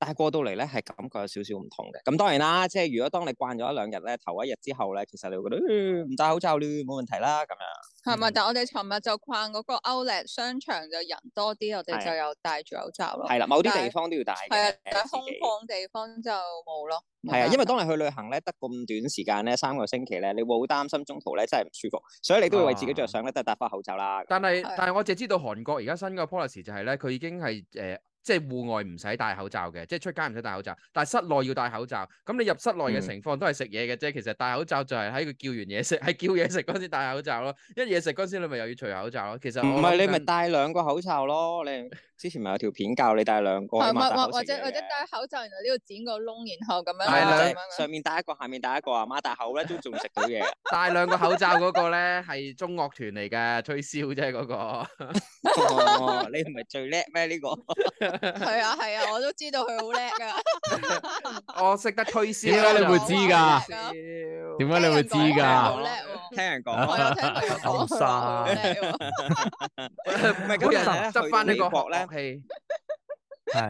[SPEAKER 4] 但係過到嚟咧，係感覺有少少唔同嘅。咁當然啦，即係如果當你慣咗一兩日咧，頭一日之後咧，其實你會覺得呃唔戴口罩咧冇問題啦咁樣。
[SPEAKER 5] 係咪？但我哋尋日就逛嗰個 Outlet 商場就人多啲，我哋
[SPEAKER 4] 係
[SPEAKER 5] 就有戴住口罩咯。
[SPEAKER 4] 係啦，某啲
[SPEAKER 5] 但係
[SPEAKER 4] 地方都要戴嘅。
[SPEAKER 5] 係啊，但係
[SPEAKER 4] 自
[SPEAKER 5] 空
[SPEAKER 4] 己
[SPEAKER 5] 曠地方就冇咯。冇
[SPEAKER 4] 係啊，
[SPEAKER 5] 辦
[SPEAKER 4] 因為
[SPEAKER 5] 法
[SPEAKER 4] 當你去旅行咧，得咁短時間咧，三個星期咧，你會好擔心中途咧真係唔舒服，所以你都會為自己着想咧，都係戴翻口罩啦。
[SPEAKER 2] 但係
[SPEAKER 5] 係
[SPEAKER 2] 但係我淨係知道韓國而家新嗰個 policy 就係咧，佢已經係誒、呃即係戶外唔使戴口罩嘅，即係出街唔使戴口罩，但係室內要戴口罩。咁你入室內嘅
[SPEAKER 4] 嗯
[SPEAKER 2] 情況都係食嘢嘅啫，其實戴口罩就係喺佢叫完嘢食，係叫嘢食嗰陣先戴口罩咯。一嘢食嗰陣先你咪又要除口罩咯。其實
[SPEAKER 4] 唔
[SPEAKER 2] 啊我
[SPEAKER 4] 係你
[SPEAKER 2] 諗
[SPEAKER 4] 咪
[SPEAKER 2] 緊
[SPEAKER 4] 戴兩個口罩咯，你之前咪有條片教你戴兩個
[SPEAKER 5] 係
[SPEAKER 4] 啊嘛，
[SPEAKER 5] 或
[SPEAKER 4] 戴
[SPEAKER 5] 或
[SPEAKER 4] 口
[SPEAKER 5] 或
[SPEAKER 4] 食
[SPEAKER 5] 者
[SPEAKER 4] 嘢
[SPEAKER 5] 或者
[SPEAKER 4] 嘅
[SPEAKER 5] 戴口罩，然後呢度剪個窿，然後咁樣
[SPEAKER 2] 戴
[SPEAKER 5] 啦
[SPEAKER 2] 兩
[SPEAKER 5] 咁樣
[SPEAKER 4] 啊上面打一個，下面打一個啊，擘大口咧都仲食到嘢嘅。
[SPEAKER 2] 戴兩個口罩嗰個咧係中樂團嚟嘅， 吹簫啫嗰個。
[SPEAKER 4] 哦你唔係最叻咩？呢個
[SPEAKER 5] 係啊係啊，我都知道佢好叻噶。
[SPEAKER 2] 我識得吹簫。
[SPEAKER 3] 點解你會知㗎
[SPEAKER 2] 㗎
[SPEAKER 3] 點解啊你會知
[SPEAKER 5] 聽
[SPEAKER 3] 㗎？
[SPEAKER 4] 聽人
[SPEAKER 5] 人講佢啊好叻喎！我
[SPEAKER 4] 講，
[SPEAKER 5] 有聽佢有講佢話佢好叻喎。
[SPEAKER 4] 唔係
[SPEAKER 2] 每
[SPEAKER 4] 咁
[SPEAKER 2] 人
[SPEAKER 4] 人咧
[SPEAKER 2] 執翻呢
[SPEAKER 4] 去
[SPEAKER 2] 個
[SPEAKER 4] 美國咧
[SPEAKER 2] 樂，器。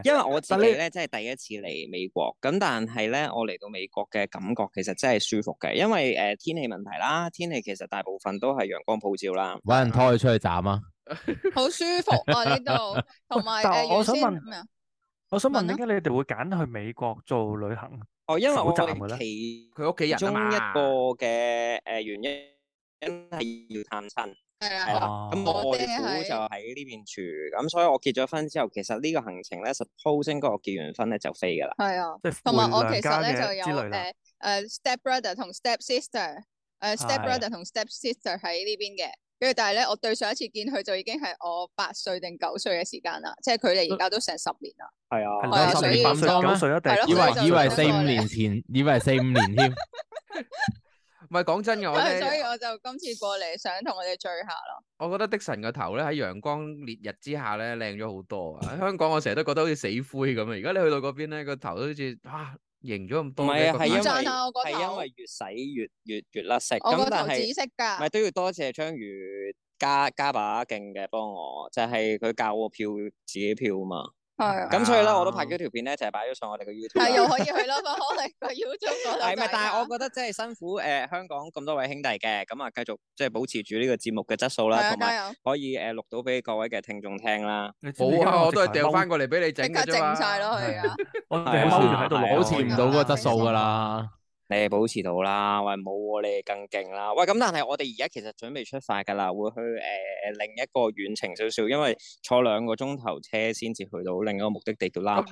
[SPEAKER 4] 因為我自
[SPEAKER 1] 但
[SPEAKER 4] 己
[SPEAKER 1] 你
[SPEAKER 4] 咧真係第一次嚟美國，咁但係咧我嚟到美國嘅感覺其實真係舒服嘅，因為誒、呃天氣問題啦，天氣其實大部分都係陽光普照啦。
[SPEAKER 3] 揾人拖佢出去斬啊！
[SPEAKER 5] 好舒服啊！呢度同埋
[SPEAKER 1] 但
[SPEAKER 5] 誒，
[SPEAKER 1] 我想
[SPEAKER 5] 原先
[SPEAKER 1] 問
[SPEAKER 5] 咩啊？
[SPEAKER 1] 我想問
[SPEAKER 5] 問啊
[SPEAKER 1] 點解你哋會揀去美國做旅行？
[SPEAKER 4] 哦，因為
[SPEAKER 1] 手
[SPEAKER 4] 我
[SPEAKER 1] 站嘅咧
[SPEAKER 4] 哋其
[SPEAKER 2] 佢屋企人
[SPEAKER 4] 中
[SPEAKER 2] 啊嘛
[SPEAKER 4] 一個嘅誒原因係要探親。
[SPEAKER 5] 係
[SPEAKER 4] 係
[SPEAKER 5] 啊，
[SPEAKER 4] 啦，咁
[SPEAKER 1] 哦
[SPEAKER 4] 我外
[SPEAKER 5] 爹
[SPEAKER 4] 父
[SPEAKER 5] 喺
[SPEAKER 4] 就喺呢邊住，咁所以我結咗婚之後，其實呢個行程咧，suppose 應該我結完婚咧就飛㗎啦。
[SPEAKER 5] 係啊。
[SPEAKER 1] 即係
[SPEAKER 5] 同埋我
[SPEAKER 1] 回
[SPEAKER 5] 其
[SPEAKER 1] 娘家
[SPEAKER 5] 實咧就
[SPEAKER 1] 嘅之
[SPEAKER 5] 有
[SPEAKER 1] 類啦。
[SPEAKER 5] 誒誒 step brother 同 step sister，誒 step
[SPEAKER 1] 係
[SPEAKER 5] brother 同 step sister 喺呢邊嘅。跟住但係咧，我對上一次見佢就已經係我八歲定九歲嘅時間啦，即係距離而家都成十年啦。
[SPEAKER 4] 係啊
[SPEAKER 1] 係
[SPEAKER 5] 係
[SPEAKER 1] 兩
[SPEAKER 5] 啊所
[SPEAKER 1] 十
[SPEAKER 5] 以
[SPEAKER 1] 年、八歲、
[SPEAKER 3] 咁
[SPEAKER 1] 九
[SPEAKER 3] 咩
[SPEAKER 1] 歲一定
[SPEAKER 5] 係咯
[SPEAKER 3] 以
[SPEAKER 5] 所
[SPEAKER 3] 為
[SPEAKER 5] 以就
[SPEAKER 3] 以為
[SPEAKER 5] 想
[SPEAKER 3] 四
[SPEAKER 5] 過
[SPEAKER 3] 五
[SPEAKER 5] 嚟
[SPEAKER 3] 年前，以為四五年 添。
[SPEAKER 2] 唔係講真嘅，我
[SPEAKER 5] 所以
[SPEAKER 2] 咧，
[SPEAKER 5] 我就今次過嚟想同我哋聚下咯。
[SPEAKER 2] 我覺得的神個頭咧喺陽光烈日之下咧靚咗好多啊！喺香港我成日都覺得好似死灰咁啊！而家你去到嗰邊咧，個頭都好似哇型咗咁
[SPEAKER 4] 唔
[SPEAKER 2] 多嘅。
[SPEAKER 4] 係啊，
[SPEAKER 2] 個
[SPEAKER 4] 係
[SPEAKER 2] 面
[SPEAKER 4] 因
[SPEAKER 5] 唔
[SPEAKER 4] 為
[SPEAKER 5] 贊啊我個頭
[SPEAKER 4] 係因為越洗越越越甩色，
[SPEAKER 5] 我
[SPEAKER 4] 咁
[SPEAKER 5] 個頭
[SPEAKER 4] 但
[SPEAKER 5] 紫
[SPEAKER 4] 係
[SPEAKER 5] 色啊
[SPEAKER 4] 咪
[SPEAKER 5] 㗎，
[SPEAKER 4] 都要多謝章魚加加把勁嘅幫我，就係佢教我票自己票啊嘛。
[SPEAKER 5] 係啊
[SPEAKER 4] 咁所以咧，我都
[SPEAKER 2] 啊
[SPEAKER 4] 拍咗條片咧，就係擺咗上我哋嘅 YouTube
[SPEAKER 5] 係又
[SPEAKER 4] 啦。
[SPEAKER 5] 可以去咯，不可能個 YouTube 嗰度
[SPEAKER 4] 係咪？
[SPEAKER 5] 大
[SPEAKER 4] 但
[SPEAKER 5] 家
[SPEAKER 4] 係我覺得真係辛苦誒、呃香港咁多位兄弟嘅，咁啊繼續即係保持住呢個節目嘅質素
[SPEAKER 5] 係
[SPEAKER 4] 啦，
[SPEAKER 5] 啊，
[SPEAKER 4] 同埋
[SPEAKER 5] 加油！
[SPEAKER 4] 可以誒、呃、錄到俾各位嘅聽眾聽啦。
[SPEAKER 1] 你知唔知
[SPEAKER 2] 冇
[SPEAKER 1] 而家
[SPEAKER 2] 啊，我都係
[SPEAKER 1] 直頭
[SPEAKER 2] 掉翻
[SPEAKER 1] 踎，
[SPEAKER 2] 過嚟俾你整
[SPEAKER 5] 即刻
[SPEAKER 2] 嘅啫
[SPEAKER 5] 整
[SPEAKER 2] 嘛。
[SPEAKER 5] 晒咯，佢啊！
[SPEAKER 1] 我
[SPEAKER 4] 係
[SPEAKER 1] 哋踎住喺度
[SPEAKER 2] 係
[SPEAKER 1] 錄，
[SPEAKER 3] 保持唔到嗰個質素㗎啦。
[SPEAKER 4] 你哋保持到啦，喂冇喎，你哋更勁啦，喂咁但係我哋而家其實準備出發㗎啦，會去誒、呃另一個遠程少少，因為坐兩個鐘頭車先至去到另一個目的地叫拉。唔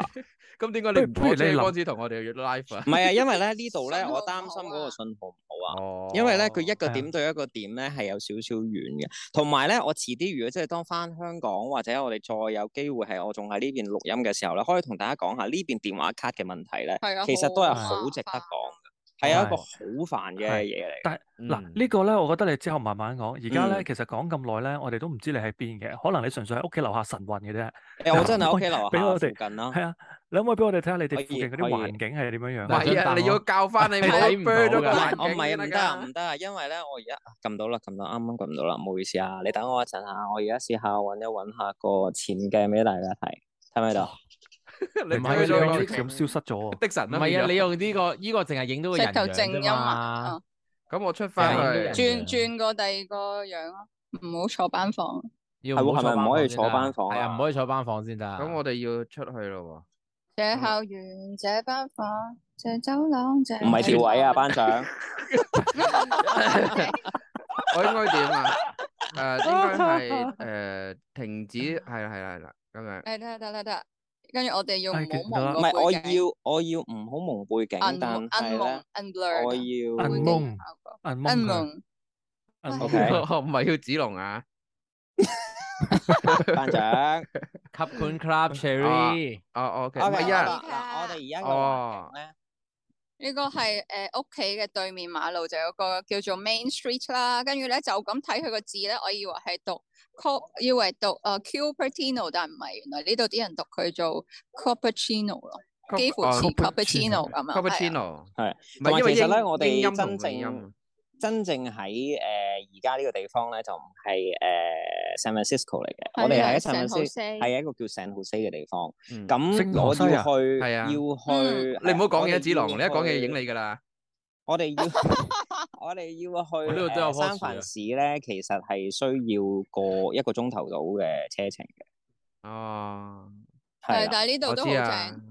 [SPEAKER 2] 咁咁點解你唔
[SPEAKER 1] 不如
[SPEAKER 2] 攞
[SPEAKER 1] 你諗
[SPEAKER 2] 車光子同我哋 live 啊？
[SPEAKER 4] 係啊，因為咧呢度咧
[SPEAKER 5] 信號
[SPEAKER 4] 我
[SPEAKER 5] 唔
[SPEAKER 4] 擔
[SPEAKER 5] 好
[SPEAKER 4] 心嗰
[SPEAKER 5] 啊
[SPEAKER 4] 個信號唔好啊。
[SPEAKER 2] 哦
[SPEAKER 4] 因為咧，佢一個
[SPEAKER 1] 係啊
[SPEAKER 4] 點對一個點咧係有少少遠嘅，同埋咧，我遲啲如果即係當翻香港或者我哋再有機會係我仲喺呢邊錄音嘅時候咧，可以同大家講下呢邊電話卡嘅問題咧
[SPEAKER 5] 係啊，
[SPEAKER 4] 其實都係
[SPEAKER 5] 好麻
[SPEAKER 4] 好值得
[SPEAKER 5] 煩
[SPEAKER 4] 講嘅。係啊一個
[SPEAKER 1] 係
[SPEAKER 4] 好煩嘅
[SPEAKER 1] 係
[SPEAKER 4] 嘢嚟。
[SPEAKER 1] 嗱，
[SPEAKER 2] 嗯
[SPEAKER 1] 呢個咧，我覺得你之後慢慢講。而家咧，
[SPEAKER 4] 嗯
[SPEAKER 1] 其實講咁耐咧，我哋都唔知你喺邊嘅，可能你純粹喺屋企樓下晨運嘅啫。
[SPEAKER 4] 誒，我真係屋企
[SPEAKER 1] 俾
[SPEAKER 4] 樓
[SPEAKER 1] 我
[SPEAKER 4] 下
[SPEAKER 1] 哋
[SPEAKER 4] 附近啦。
[SPEAKER 1] 係啊，你可唔可以俾我哋睇下你哋
[SPEAKER 4] 可以
[SPEAKER 1] 附近嗰
[SPEAKER 4] 可
[SPEAKER 1] 啲
[SPEAKER 4] 以
[SPEAKER 1] 環境係點樣樣
[SPEAKER 3] 嗱
[SPEAKER 2] 唔係
[SPEAKER 1] 啊？
[SPEAKER 2] 啊，
[SPEAKER 3] 張凳
[SPEAKER 2] 你要
[SPEAKER 3] 咯
[SPEAKER 2] 教翻你唔好
[SPEAKER 3] 睇唔到
[SPEAKER 2] burn 咗
[SPEAKER 3] 㗎
[SPEAKER 2] 個
[SPEAKER 4] 唔
[SPEAKER 2] 環
[SPEAKER 4] 係我唔
[SPEAKER 2] 境
[SPEAKER 4] 係
[SPEAKER 2] 先
[SPEAKER 4] 唔
[SPEAKER 2] 得
[SPEAKER 4] 得啊，
[SPEAKER 2] 㗎
[SPEAKER 4] 唔。得啊，因為咧我而家撳到啦，撳到啱啱撳到啦，唔好意思啊，你等我一陣啊，我而家試下揾一揾下個前鏡俾大家睇，睇唔 睇到？
[SPEAKER 2] 你
[SPEAKER 3] 唔係
[SPEAKER 2] 推
[SPEAKER 3] 佢
[SPEAKER 2] 咗
[SPEAKER 3] 兩
[SPEAKER 2] 個
[SPEAKER 3] 個
[SPEAKER 1] Matrix 咁消失咗喎。
[SPEAKER 2] 的神
[SPEAKER 3] 唔
[SPEAKER 2] 啦
[SPEAKER 3] 係啊，
[SPEAKER 2] 變咗
[SPEAKER 3] 你用呢個呢個淨係影到個
[SPEAKER 5] 直
[SPEAKER 3] 人
[SPEAKER 5] 頭
[SPEAKER 3] 樣
[SPEAKER 5] 靜音
[SPEAKER 3] 啫
[SPEAKER 5] 啊！
[SPEAKER 3] 嘛
[SPEAKER 5] 哦。
[SPEAKER 2] 咁我出
[SPEAKER 3] 係啊
[SPEAKER 2] 翻去
[SPEAKER 3] 呢。
[SPEAKER 5] 轉轉過第二個樣咯，唔好坐班房。
[SPEAKER 3] 要
[SPEAKER 4] 係喎
[SPEAKER 3] 唔好
[SPEAKER 4] 係咪唔
[SPEAKER 3] 班
[SPEAKER 4] 可以
[SPEAKER 3] 房先
[SPEAKER 4] 坐
[SPEAKER 3] 得
[SPEAKER 4] 班房
[SPEAKER 3] 係
[SPEAKER 4] 啊
[SPEAKER 3] 啊，唔可以坐班房先得。啊
[SPEAKER 2] 咁我哋要出去咯
[SPEAKER 5] 這校園，這班房，這走廊，這
[SPEAKER 4] 唔係
[SPEAKER 5] 地
[SPEAKER 4] 調 位啊，
[SPEAKER 5] 方
[SPEAKER 4] 班長。
[SPEAKER 2] 喎。我應該點啊？誒，應該係誒停止，係啦係啦係啦，咁樣。
[SPEAKER 5] 誒，得得得得，跟住我哋要唔
[SPEAKER 1] 哎見
[SPEAKER 5] 好
[SPEAKER 1] 唔到啦
[SPEAKER 5] 蒙
[SPEAKER 4] 唔
[SPEAKER 5] 個
[SPEAKER 4] 係我
[SPEAKER 5] 背景，
[SPEAKER 4] 要我要唔好蒙背景，
[SPEAKER 5] un
[SPEAKER 4] 但係
[SPEAKER 5] un
[SPEAKER 4] 咧
[SPEAKER 5] un
[SPEAKER 4] 我
[SPEAKER 5] blur
[SPEAKER 4] 要
[SPEAKER 1] 暗
[SPEAKER 5] 背景
[SPEAKER 1] 蒙
[SPEAKER 5] 效果
[SPEAKER 1] 銀蒙
[SPEAKER 5] un
[SPEAKER 1] 佢，
[SPEAKER 5] 蒙
[SPEAKER 1] 銀蒙
[SPEAKER 4] OK
[SPEAKER 1] 佢。
[SPEAKER 2] 哦我唔係要子龍啊，
[SPEAKER 4] 班 長。
[SPEAKER 3] Cup Coon Club Cherry，
[SPEAKER 2] 哦哦 OK，唔
[SPEAKER 4] O K，
[SPEAKER 2] 係
[SPEAKER 5] 一
[SPEAKER 2] 啊，
[SPEAKER 5] 啦
[SPEAKER 4] 嗱，我哋而家個環
[SPEAKER 2] 哦
[SPEAKER 4] 境咧，
[SPEAKER 5] 呢個係诶屋企嘅對面馬路就有個叫做 Main Street 啦，跟住咧就咁睇佢個字咧，我以為係讀 Co，以為讀诶 Cupertino，但唔係，原來呢度啲人讀佢做 Cappuccino 咯，幾
[SPEAKER 2] 啊
[SPEAKER 5] 乎似 Cappuccino 咁啊係啊。
[SPEAKER 2] Cappuccino
[SPEAKER 4] 係
[SPEAKER 2] 哦唔係因為
[SPEAKER 4] 同埋其實
[SPEAKER 2] 英
[SPEAKER 4] 咧我哋
[SPEAKER 2] 英音同
[SPEAKER 4] 真正
[SPEAKER 2] 美音
[SPEAKER 4] 真正喺誒呃而家呢個地方咧，就唔係誒 San Francisco 嚟嘅，
[SPEAKER 5] 係啊
[SPEAKER 4] 我哋係喺 San
[SPEAKER 5] San
[SPEAKER 4] Francisco，
[SPEAKER 5] Jose
[SPEAKER 4] 係一啊個叫 San Jose 嘅地方。
[SPEAKER 2] 嗯
[SPEAKER 1] 聖
[SPEAKER 4] 咁
[SPEAKER 1] 荷
[SPEAKER 4] 我
[SPEAKER 1] 西
[SPEAKER 4] 要
[SPEAKER 1] 啊
[SPEAKER 4] 去，
[SPEAKER 2] 係啊
[SPEAKER 4] 要去，呃
[SPEAKER 2] 你唔好講嘢，
[SPEAKER 4] 我哋
[SPEAKER 2] 子
[SPEAKER 4] 要
[SPEAKER 2] 龍，你一講嘢
[SPEAKER 4] 去
[SPEAKER 2] 影你㗎啦。
[SPEAKER 4] 我哋要 我哋要去
[SPEAKER 3] 我呢度都有
[SPEAKER 4] 呃
[SPEAKER 3] 棵
[SPEAKER 4] 三
[SPEAKER 3] 樹啊
[SPEAKER 4] 藩市咧，其實係需要個一個鐘頭到嘅車程嘅，
[SPEAKER 2] 哦，
[SPEAKER 5] 係
[SPEAKER 4] 係
[SPEAKER 5] 啊
[SPEAKER 4] 啦。啊
[SPEAKER 5] 但係呢度
[SPEAKER 2] 我
[SPEAKER 5] 都好
[SPEAKER 2] 知啊
[SPEAKER 5] 正。。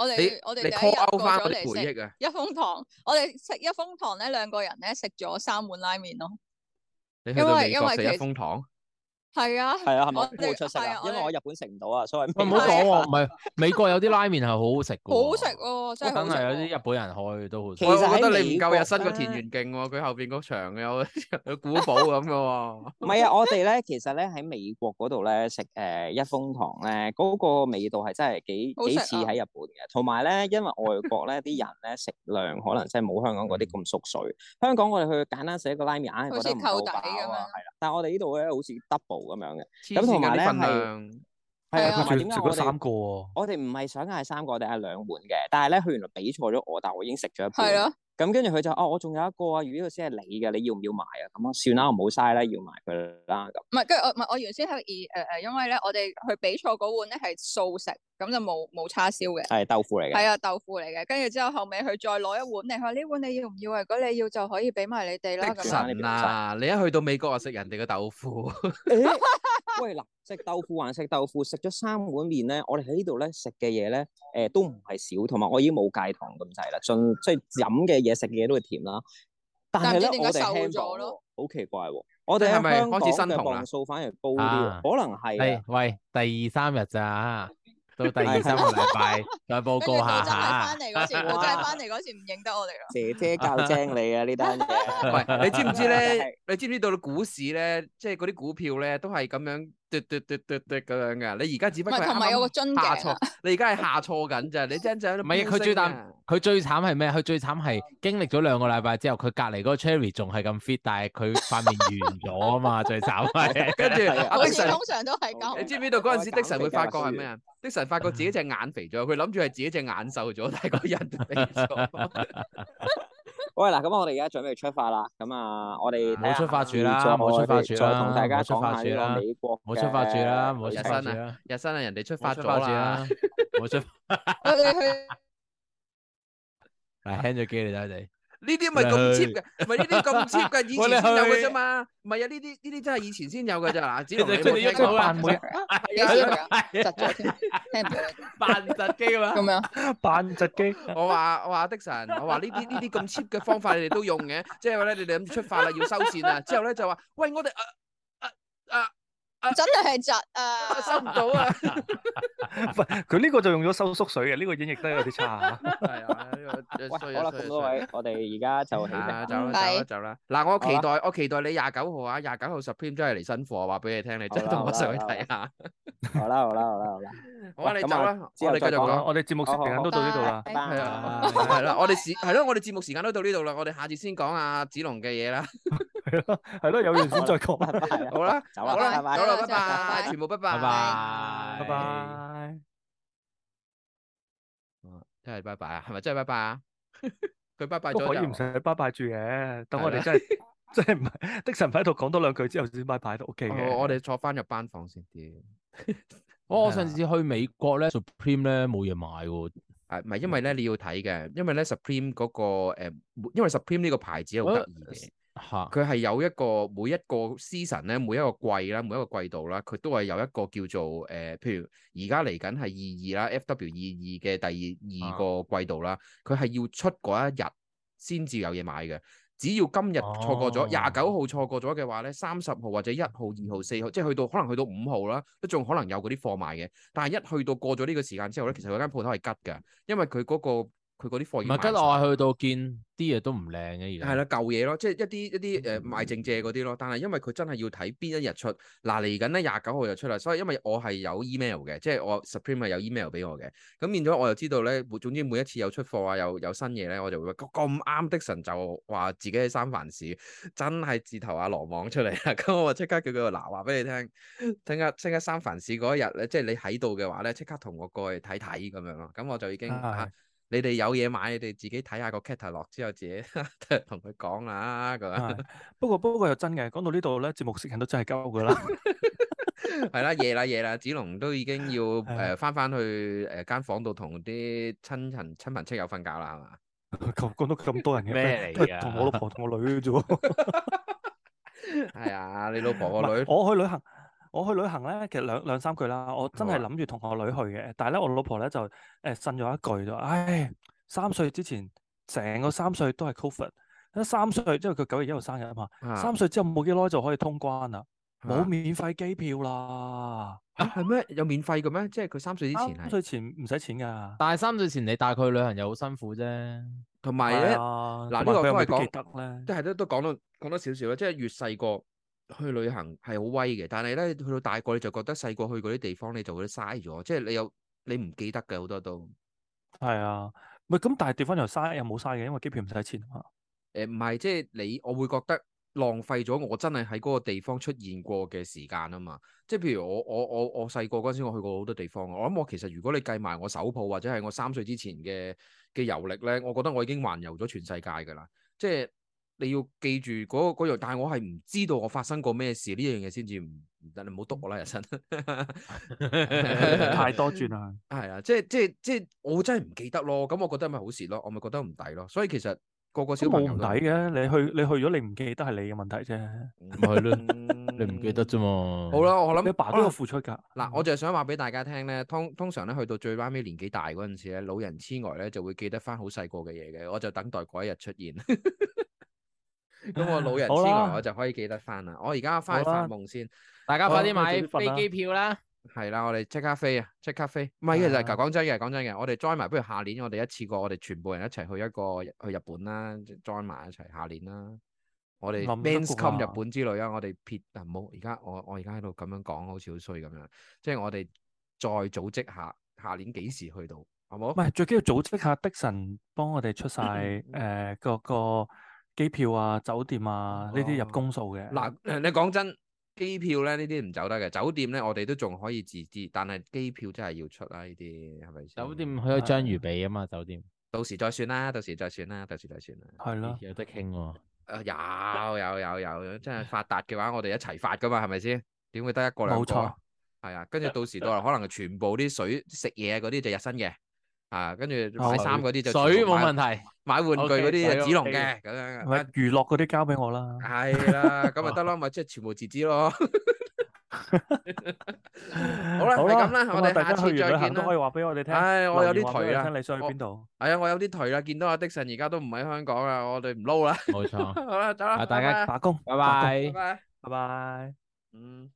[SPEAKER 5] 我
[SPEAKER 2] 你
[SPEAKER 5] 哋我哋
[SPEAKER 2] 你
[SPEAKER 5] 第一日
[SPEAKER 2] call out
[SPEAKER 5] 過
[SPEAKER 2] 翻
[SPEAKER 5] 咗
[SPEAKER 2] 我
[SPEAKER 5] 嚟
[SPEAKER 2] 啲
[SPEAKER 5] 食
[SPEAKER 2] 回憶啊！
[SPEAKER 5] 一風堂，我哋食一風堂咧，兩個人咧食咗三碗拉麵咯。
[SPEAKER 2] 你去到美
[SPEAKER 5] 因為
[SPEAKER 2] 國食
[SPEAKER 5] 因為
[SPEAKER 2] 一
[SPEAKER 5] 其
[SPEAKER 2] 風堂，
[SPEAKER 5] 係啊，
[SPEAKER 4] 係啊，係咪
[SPEAKER 5] 我
[SPEAKER 4] 好
[SPEAKER 5] 哋
[SPEAKER 4] 冇出色
[SPEAKER 5] 係
[SPEAKER 4] 啊
[SPEAKER 5] 啊？
[SPEAKER 4] 因為
[SPEAKER 5] 我
[SPEAKER 4] 我日本食唔到啊，所以
[SPEAKER 3] 喂唔好講喎，唔係美國有啲拉麵係好好食嘅，
[SPEAKER 5] 好食喎，真係
[SPEAKER 3] 梗
[SPEAKER 5] 好食
[SPEAKER 3] 係有
[SPEAKER 5] 喎。
[SPEAKER 3] 啲日本人開都好食
[SPEAKER 4] 其。
[SPEAKER 2] 我
[SPEAKER 4] 實
[SPEAKER 2] 我覺得
[SPEAKER 4] 喺
[SPEAKER 2] 你唔
[SPEAKER 4] 美
[SPEAKER 2] 夠
[SPEAKER 4] 國
[SPEAKER 2] 日新個田
[SPEAKER 4] 咧
[SPEAKER 2] 園勁喎，佢後邊嗰場有 有古堡咁嘅喎。
[SPEAKER 4] 唔 係啊，我哋咧其實咧喺美國嗰度咧食誒一風堂咧，嗰、個味道係真係幾
[SPEAKER 5] 好
[SPEAKER 4] 幾
[SPEAKER 5] 食啊
[SPEAKER 4] 似喺日本嘅。同埋咧，因為外國咧啲人咧食量可能真係冇香港嗰啲咁縮水。香港我哋去簡單食一個拉麵，硬係覺得唔
[SPEAKER 5] 嗯好
[SPEAKER 4] 夠
[SPEAKER 5] 似扣底
[SPEAKER 4] 飽啊，係
[SPEAKER 5] 咁樣
[SPEAKER 4] 啦。但係我哋呢度咧好似 double 咁樣嘅，
[SPEAKER 2] 黐
[SPEAKER 4] 同
[SPEAKER 2] 線
[SPEAKER 4] 埋
[SPEAKER 2] 嘅
[SPEAKER 4] 呢
[SPEAKER 2] 啲份
[SPEAKER 4] 係
[SPEAKER 2] 量，
[SPEAKER 5] 係啊
[SPEAKER 1] 佢
[SPEAKER 4] 同
[SPEAKER 1] 仲
[SPEAKER 4] 埋點
[SPEAKER 1] 要食
[SPEAKER 4] 解我
[SPEAKER 1] 咗
[SPEAKER 4] 哋
[SPEAKER 1] 三個喎。
[SPEAKER 4] 我哋唔係想嗌三個，我哋嗌兩碗嘅。但係咧，佢原來俾錯咗我，但我已經食咗一
[SPEAKER 5] 係
[SPEAKER 4] 半。
[SPEAKER 5] 咯，
[SPEAKER 4] 咁跟住佢就哦，我仲有一個啊，如果呢個先係你嘅，你要唔要埋啊？咁啊，算啦，我唔好嘥啦，要埋佢啦咁。
[SPEAKER 5] 唔係跟住我唔係我原先係以誒誒，因為咧我哋去比賽嗰碗咧係素食，咁就冇冇叉燒嘅。
[SPEAKER 4] 係豆腐嚟嘅。
[SPEAKER 5] 係啊，豆腐嚟嘅，跟住之後後尾佢再攞一碗嚟，佢話呢碗你要唔要啊？如果你要就可以俾埋你哋啦。
[SPEAKER 2] 的
[SPEAKER 5] 咁樣
[SPEAKER 2] 神啊！你一去到美國就食人哋嘅豆腐，
[SPEAKER 4] 誒喂嗱，食豆腐還食豆腐，食咗三碗面咧，我哋喺呢度咧食嘅嘢咧，誒、都唔係少，同埋我已經冇戒糖咁滯啦，盡即係飲嘅嘢食嘅嘢都會甜啦。但係咧，
[SPEAKER 5] 但唔知點解
[SPEAKER 4] 我哋
[SPEAKER 5] 瘦
[SPEAKER 4] 輕
[SPEAKER 5] 咗
[SPEAKER 4] 磅
[SPEAKER 5] 咯
[SPEAKER 4] 喎，好奇怪喎！我哋
[SPEAKER 2] 係
[SPEAKER 4] 喺
[SPEAKER 2] 咪
[SPEAKER 4] 香港
[SPEAKER 2] 開始身
[SPEAKER 4] 嘅
[SPEAKER 2] 同啦
[SPEAKER 4] 磅數反而高啲
[SPEAKER 3] 啊
[SPEAKER 4] 喎，可能係
[SPEAKER 3] 係
[SPEAKER 4] 啊
[SPEAKER 3] 喂，第二三日咋？到第
[SPEAKER 4] 係啊
[SPEAKER 3] 二三個禮拜再報
[SPEAKER 5] 跟住
[SPEAKER 3] 告下
[SPEAKER 5] 到真係
[SPEAKER 3] 嚇
[SPEAKER 5] 翻。嚟嗰時，
[SPEAKER 4] 哇
[SPEAKER 5] 到真係翻嚟嗰時唔認得我哋啦。
[SPEAKER 4] 姐姐教精你啊呢單
[SPEAKER 2] 唔
[SPEAKER 4] 嘢，
[SPEAKER 2] 係你知唔知
[SPEAKER 4] 係
[SPEAKER 2] 咧？你知唔知道股市咧，即係嗰啲股票咧，都係咁樣嘟嘟嘟嘟嘟咁樣噶。你而家只
[SPEAKER 5] 唔
[SPEAKER 2] 不過係
[SPEAKER 5] 係同
[SPEAKER 2] 啱
[SPEAKER 5] 埋有個
[SPEAKER 2] 啱
[SPEAKER 5] 樽
[SPEAKER 2] 下
[SPEAKER 5] 頸啊
[SPEAKER 2] 錯，你而家係下錯緊咋？你真係
[SPEAKER 3] 唔係啊佢最淡佢最慘係咩？佢最慘係經歷咗兩個禮拜之後，佢隔離嗰個 Cherry 仲係咁 fit，但係佢塊面完咗啊嘛！最慘係
[SPEAKER 2] 跟住
[SPEAKER 4] 係啊
[SPEAKER 2] 阿
[SPEAKER 5] 好
[SPEAKER 2] 的
[SPEAKER 5] 似
[SPEAKER 2] 神
[SPEAKER 5] 通，常都係咁
[SPEAKER 2] 你。知唔知道嗰陣時的神會發覺係
[SPEAKER 4] 我減肥嘅
[SPEAKER 2] 咩啊？的神發覺自
[SPEAKER 5] 嗯
[SPEAKER 2] 己隻眼肥咗，佢諗住係自己隻眼瘦咗，但係個人肥 咗。
[SPEAKER 4] 喂嗱，咁我哋而家準備出發啦，咁啊，我哋
[SPEAKER 3] 唔好出發住
[SPEAKER 4] 睇下
[SPEAKER 3] 啦
[SPEAKER 4] 再
[SPEAKER 3] 唔好出發住啦
[SPEAKER 4] 再同大
[SPEAKER 3] 唔
[SPEAKER 4] 家
[SPEAKER 3] 好出
[SPEAKER 4] 講
[SPEAKER 3] 發
[SPEAKER 4] 下呢
[SPEAKER 3] 住啦
[SPEAKER 4] 個美國
[SPEAKER 3] 唔好出發住啦，唔好
[SPEAKER 4] 嘅
[SPEAKER 3] 出
[SPEAKER 4] 旅程
[SPEAKER 3] 發住啦，
[SPEAKER 2] 日新啊，人哋出
[SPEAKER 3] 唔好
[SPEAKER 2] 發
[SPEAKER 3] 出
[SPEAKER 2] 咗
[SPEAKER 3] 發住
[SPEAKER 2] 啦
[SPEAKER 3] 啦。，唔好出
[SPEAKER 5] 我哋去
[SPEAKER 3] 嚟 hand 咗機你睇你。
[SPEAKER 2] 呢啲咪咁 cheap 嘅，唔係呢啲咁 cheap 嘅，以前先有
[SPEAKER 3] 我哋
[SPEAKER 2] 嘅
[SPEAKER 3] 去
[SPEAKER 2] 啫嘛。唔係啊，呢啲呢啲真係以前先有嘅咋。嗱，只
[SPEAKER 3] 其實
[SPEAKER 2] 龍你有冇
[SPEAKER 3] 佢哋
[SPEAKER 2] 聽
[SPEAKER 3] 一早
[SPEAKER 2] 過
[SPEAKER 3] 啊
[SPEAKER 1] 扮每
[SPEAKER 5] 幾時去啊？窒咗添，聽唔到你
[SPEAKER 3] 扮實機啊嘛
[SPEAKER 5] 咁。樣。
[SPEAKER 1] 扮隻機。
[SPEAKER 2] 我話我話的神，我話呢啲呢啲咁 cheap 嘅方法你哋都用嘅， 即係咧你哋諗住出發啦，要收線啦，之後咧就話喂我哋啊啊
[SPEAKER 5] 真係窒
[SPEAKER 2] 啊 收
[SPEAKER 5] 啊！
[SPEAKER 2] 唔到啊，
[SPEAKER 1] 喂佢呢個就用咗收縮水嘅，呢個演繹得有啲差。
[SPEAKER 2] 係啊，呢個
[SPEAKER 4] 喂，
[SPEAKER 2] 衰
[SPEAKER 4] 好
[SPEAKER 2] 啊
[SPEAKER 4] 啦，
[SPEAKER 2] 衰啊
[SPEAKER 4] 咁多
[SPEAKER 2] 衰啊
[SPEAKER 4] 位，我哋而家就起
[SPEAKER 2] 啊，走啦走啦
[SPEAKER 4] 程啦。
[SPEAKER 5] 拜
[SPEAKER 2] 走啦！嗱，我期
[SPEAKER 4] 好
[SPEAKER 2] 待我期待你廿九號啊，廿九號 Supreme 真係嚟新貨，話俾你聽，你真係同
[SPEAKER 4] 好
[SPEAKER 2] 我
[SPEAKER 4] 啦
[SPEAKER 2] 上去
[SPEAKER 4] 好啦
[SPEAKER 2] 睇下。
[SPEAKER 4] 好啦，好啦，好啦，好啦。
[SPEAKER 2] 好啊，
[SPEAKER 4] 喂
[SPEAKER 2] 你
[SPEAKER 4] 咁
[SPEAKER 2] 走啦，
[SPEAKER 4] 啊之
[SPEAKER 2] 我
[SPEAKER 4] 後
[SPEAKER 2] 哋繼
[SPEAKER 4] 再
[SPEAKER 2] 續
[SPEAKER 4] 講啦
[SPEAKER 2] 講
[SPEAKER 1] 我。哋節目時間都到呢度 啦。
[SPEAKER 5] 拜
[SPEAKER 4] 拜
[SPEAKER 2] 係啊，
[SPEAKER 3] 拜
[SPEAKER 2] 係啦，我哋時係咯，我哋節目時間都到呢度啦，我哋下次先講阿子龍嘅嘢啦。
[SPEAKER 1] 係咯，係咯，有緣先再講啦，
[SPEAKER 4] 拜拜啊
[SPEAKER 2] 好啦，
[SPEAKER 4] 走
[SPEAKER 2] 好
[SPEAKER 4] 啦，
[SPEAKER 2] 啦，
[SPEAKER 4] 拜拜
[SPEAKER 2] 走。啦，拜
[SPEAKER 5] 拜拜拜
[SPEAKER 2] 拜，
[SPEAKER 5] 拜
[SPEAKER 2] 全部拜
[SPEAKER 3] 拜
[SPEAKER 2] 拜，
[SPEAKER 1] 拜
[SPEAKER 3] 拜，
[SPEAKER 1] 拜。
[SPEAKER 2] 真係拜拜啊？係咪真係拜拜啊？佢拜拜
[SPEAKER 1] 都
[SPEAKER 2] 咗
[SPEAKER 1] 可以唔
[SPEAKER 2] 就
[SPEAKER 1] 使拜拜住嘅，等我
[SPEAKER 2] 係
[SPEAKER 1] 哋
[SPEAKER 2] 啦
[SPEAKER 1] 真 係真係唔係的神喺度講多兩句之後先拜拜都 OK 嘅。
[SPEAKER 2] 哦我我哋坐翻入班房先啲。
[SPEAKER 3] 哦我我
[SPEAKER 2] 係
[SPEAKER 3] 上次去美國咧，Supreme 咧冇嘢買喎，
[SPEAKER 2] 啊，唔係因為咧你要睇嘅，因為咧 Supreme 嗰個誒，因為 Supreme 呢個牌子好得意嘅。
[SPEAKER 3] 嚇
[SPEAKER 2] 佢係有一個每一個 season 咧，每一個季啦，每一個季度啦，佢都係有一個叫做誒、呃譬如而家嚟緊係二二啦，FW 二二嘅第二
[SPEAKER 3] 啊
[SPEAKER 2] 二個季度啦，佢係要出嗰一日先至有嘢買嘅。只要今日錯過咗
[SPEAKER 3] 哦
[SPEAKER 2] 廿九號錯過咗嘅話咧，三十號或者一號、二號、四號，即係去到可能去到五號啦，都仲可能有嗰啲貨賣嘅。但係一去到過咗呢個時間之後咧，其實嗰間鋪頭係吉㗎，因為佢嗰、個佢嗰啲貨
[SPEAKER 3] 唔
[SPEAKER 2] 已經
[SPEAKER 3] 係跟
[SPEAKER 2] 賣
[SPEAKER 3] 住
[SPEAKER 2] 晒
[SPEAKER 3] 我係去到見啲嘢都唔靚嘅而家。
[SPEAKER 2] 係啦，舊嘢咯，即係一啲一啲誒賣剩借嗰啲咯。但係因為佢真係要睇邊一日出，嗱嚟緊咧廿九號就出啦，所以因為我係有 email 嘅，即係我 Supreme 係有 email 俾我嘅，咁變咗我又知道咧，每總之每一次有出貨啊，有有新嘢咧，我就會咁啱的神就話自己喺三藩市，真係自投阿羅網出嚟啦。 咁我即刻叫佢嗱話俾你聽，聽日即刻三藩市嗰一日咧，即係你喺度嘅話咧，即刻同我過去睇睇咁樣咯。咁我就已經
[SPEAKER 1] 係
[SPEAKER 2] 啊你哋有嘢買，你哋自己睇下個 catalog 之後，自己 同佢講啦咁樣。
[SPEAKER 1] 係不過不過又真嘅，講到呢度咧，節目時間都真係夠噶 啦。
[SPEAKER 2] 係啦，夜啦夜啦，子龍都已經要
[SPEAKER 1] 係啊
[SPEAKER 2] 誒翻翻去誒間房度同啲親人親朋戚友瞓覺啦，係嘛？
[SPEAKER 1] 講講到咁多人嘅
[SPEAKER 3] 咩嚟
[SPEAKER 1] 都係
[SPEAKER 3] 㗎
[SPEAKER 1] 同我老婆同我女嘅啫喎。
[SPEAKER 2] 係啊，你老婆
[SPEAKER 1] 唔
[SPEAKER 2] 個
[SPEAKER 1] 係
[SPEAKER 2] 女
[SPEAKER 1] 我去旅行，我去旅行咧，其實兩兩三句啦。我真係
[SPEAKER 2] 好啊
[SPEAKER 1] 諗住同我女去嘅，但係咧，我老婆咧就誒呃呻咗一句就話，唉，三歲之前成個三歲都係 covid，咁三歲之後佢九月一號生日啊嘛，
[SPEAKER 2] 啊
[SPEAKER 1] 三歲之後冇幾耐就可以通關啦，冇
[SPEAKER 2] 啊
[SPEAKER 1] 免費機票啦，
[SPEAKER 2] 啊係咩？有免費嘅咩？即係佢三歲之前
[SPEAKER 1] 三
[SPEAKER 2] 係，
[SPEAKER 1] 歲前唔使錢㗎。
[SPEAKER 3] 但係三歲前你帶佢去旅行又好辛苦 啫。
[SPEAKER 2] 同埋
[SPEAKER 1] 係
[SPEAKER 2] 咧
[SPEAKER 1] 啊
[SPEAKER 2] 嗱呢
[SPEAKER 1] 同
[SPEAKER 2] 個
[SPEAKER 1] 埋佢又
[SPEAKER 2] 都係
[SPEAKER 1] 未必
[SPEAKER 2] 講
[SPEAKER 1] 記得咧。
[SPEAKER 2] 都係都都講到講多少少啦，即係越細個去旅行係好威嘅，但係咧去到大個你就覺得細個去嗰啲地方你就會嘥咗，即係你有你唔記得嘅好多都。
[SPEAKER 1] 係啊，唔係咁，但係地方又嘥又冇嘥嘅，因為機票唔使錢啊 嘛。
[SPEAKER 2] 誒呃唔係，即係你，我會覺得浪費咗我真係喺嗰個地方出現過嘅時間啊嘛。即係譬如我我我我細個嗰陣時，我去過好多地方。啊我諗我其實如果你計埋我手抱或者係我三歲之前嘅嘅遊歷咧，我覺得我已經環遊咗全世界㗎啦。即係你要記住嗰嗰樣，但係我係唔知道我發生過咩事呢樣嘢先至唔唔得，你唔好督我啦，日新。
[SPEAKER 1] 太多轉啦。
[SPEAKER 2] 係啊，即係即係即係，我真係唔記得咯。咁我覺得咪好事咯，我咪覺得唔抵咯。所以其實個個小
[SPEAKER 1] 都冇
[SPEAKER 2] 朋友
[SPEAKER 1] 唔
[SPEAKER 2] 都
[SPEAKER 1] 抵嘅，你去你去咗你唔記得係你嘅問題啫，
[SPEAKER 2] 唔
[SPEAKER 3] 咪係咯你
[SPEAKER 2] 你
[SPEAKER 3] 唔記得啫嘛。
[SPEAKER 2] 好，啦，我
[SPEAKER 1] 你
[SPEAKER 2] 諗
[SPEAKER 1] 阿爸都有付出㗎。
[SPEAKER 2] 啊
[SPEAKER 1] 嗯
[SPEAKER 2] 嗱，我就係想話俾大家聽咧，通通常咧去到最拉尾年紀大嗰陣時咧，老人痴呆咧就會記得翻好細個嘅嘢嘅，我就等待嗰一日出現。 咁我老人痴
[SPEAKER 1] 好啦
[SPEAKER 2] 呆我就可以記得翻啦。我而家翻去
[SPEAKER 1] 好啦
[SPEAKER 2] 發夢先，
[SPEAKER 3] 大家快啲
[SPEAKER 1] 好
[SPEAKER 3] 買
[SPEAKER 1] 咁我早啲瞓啦
[SPEAKER 3] 飛機票啦。
[SPEAKER 2] 係啦，我哋即刻飛啊，即刻飛。唔係其實
[SPEAKER 1] 啊
[SPEAKER 2] 講真嘅，講真嘅，我哋 join 埋，不如下年我哋一次過，我哋全部人一齊去一個去日本啦，join 埋一齊下年啦。我哋
[SPEAKER 1] 諗
[SPEAKER 2] men's
[SPEAKER 1] 得過
[SPEAKER 2] come 日
[SPEAKER 1] 啊
[SPEAKER 2] 本之旅啊，我哋撇啊唔好，而家我我而家喺度咁樣講，好似好衰咁樣。即係我哋再組織下，下年幾時去到，好冇
[SPEAKER 1] 唔？係最緊要組織下的神幫我哋出晒
[SPEAKER 2] 嗯
[SPEAKER 1] 誒個個機票啊、酒店啊呢啲入公數嘅。
[SPEAKER 2] 哦嗱， 你講真，機票咧呢啲唔走得嘅，酒店咧我哋都仲可以自資，但係機票真係要出啦，呢啲係咪先？
[SPEAKER 3] 酒店去咗章魚比啊嘛，酒店
[SPEAKER 2] 到時再算啦，到時再算啦，到時再算 啦。
[SPEAKER 1] 係咯，
[SPEAKER 3] 有得傾喎。
[SPEAKER 2] 誒有有有有，真係發達嘅話，我哋一齊發噶嘛，係咪先？點會得一個兩
[SPEAKER 1] 冇
[SPEAKER 2] 個啊
[SPEAKER 1] 錯？
[SPEAKER 2] 係啊，跟住到時到 嚟可能全部啲水食嘢嗰啲就日新嘅，啊，跟住買
[SPEAKER 1] 哦
[SPEAKER 2] 衫嗰啲就
[SPEAKER 3] 水
[SPEAKER 2] 全部
[SPEAKER 3] 冇
[SPEAKER 2] 買
[SPEAKER 3] 問題，
[SPEAKER 2] 買玩具嗰
[SPEAKER 3] OK，
[SPEAKER 2] 啲就
[SPEAKER 3] 水
[SPEAKER 2] 子龍
[SPEAKER 3] OK
[SPEAKER 2] 嘅咁樣
[SPEAKER 1] 係咪
[SPEAKER 2] 啊。
[SPEAKER 1] 娛樂嗰啲交俾 我啦。
[SPEAKER 2] 係啦，咁咪啊得咯，咪即係全部自知咯。好
[SPEAKER 1] 好
[SPEAKER 2] 啦，係咁
[SPEAKER 1] 咁
[SPEAKER 2] 啦，我
[SPEAKER 1] 啊
[SPEAKER 2] 哋
[SPEAKER 1] 大
[SPEAKER 2] 下
[SPEAKER 1] 家去
[SPEAKER 2] 次
[SPEAKER 1] 完
[SPEAKER 2] 再
[SPEAKER 1] 旅行
[SPEAKER 2] 見
[SPEAKER 1] 都可以
[SPEAKER 2] 啦。
[SPEAKER 1] 話俾我哋聽。
[SPEAKER 2] 唉，我有
[SPEAKER 1] 留
[SPEAKER 2] 啲
[SPEAKER 1] 言話
[SPEAKER 2] 頹
[SPEAKER 1] 俾我哋
[SPEAKER 2] 啦
[SPEAKER 1] 聽，你想去
[SPEAKER 2] 我
[SPEAKER 1] 邊度？
[SPEAKER 2] 係啊，我有啲頹啦，見到阿迪神而家都唔喺香港啦，我哋唔撈啦。
[SPEAKER 1] 哦
[SPEAKER 3] 冇錯。
[SPEAKER 2] 好啦，走啦，
[SPEAKER 3] 啊大家
[SPEAKER 2] 拜拜
[SPEAKER 1] 打工，打
[SPEAKER 3] 拜
[SPEAKER 1] 工
[SPEAKER 3] 拜
[SPEAKER 2] 拜。拜，
[SPEAKER 1] 拜拜。
[SPEAKER 2] 嗯。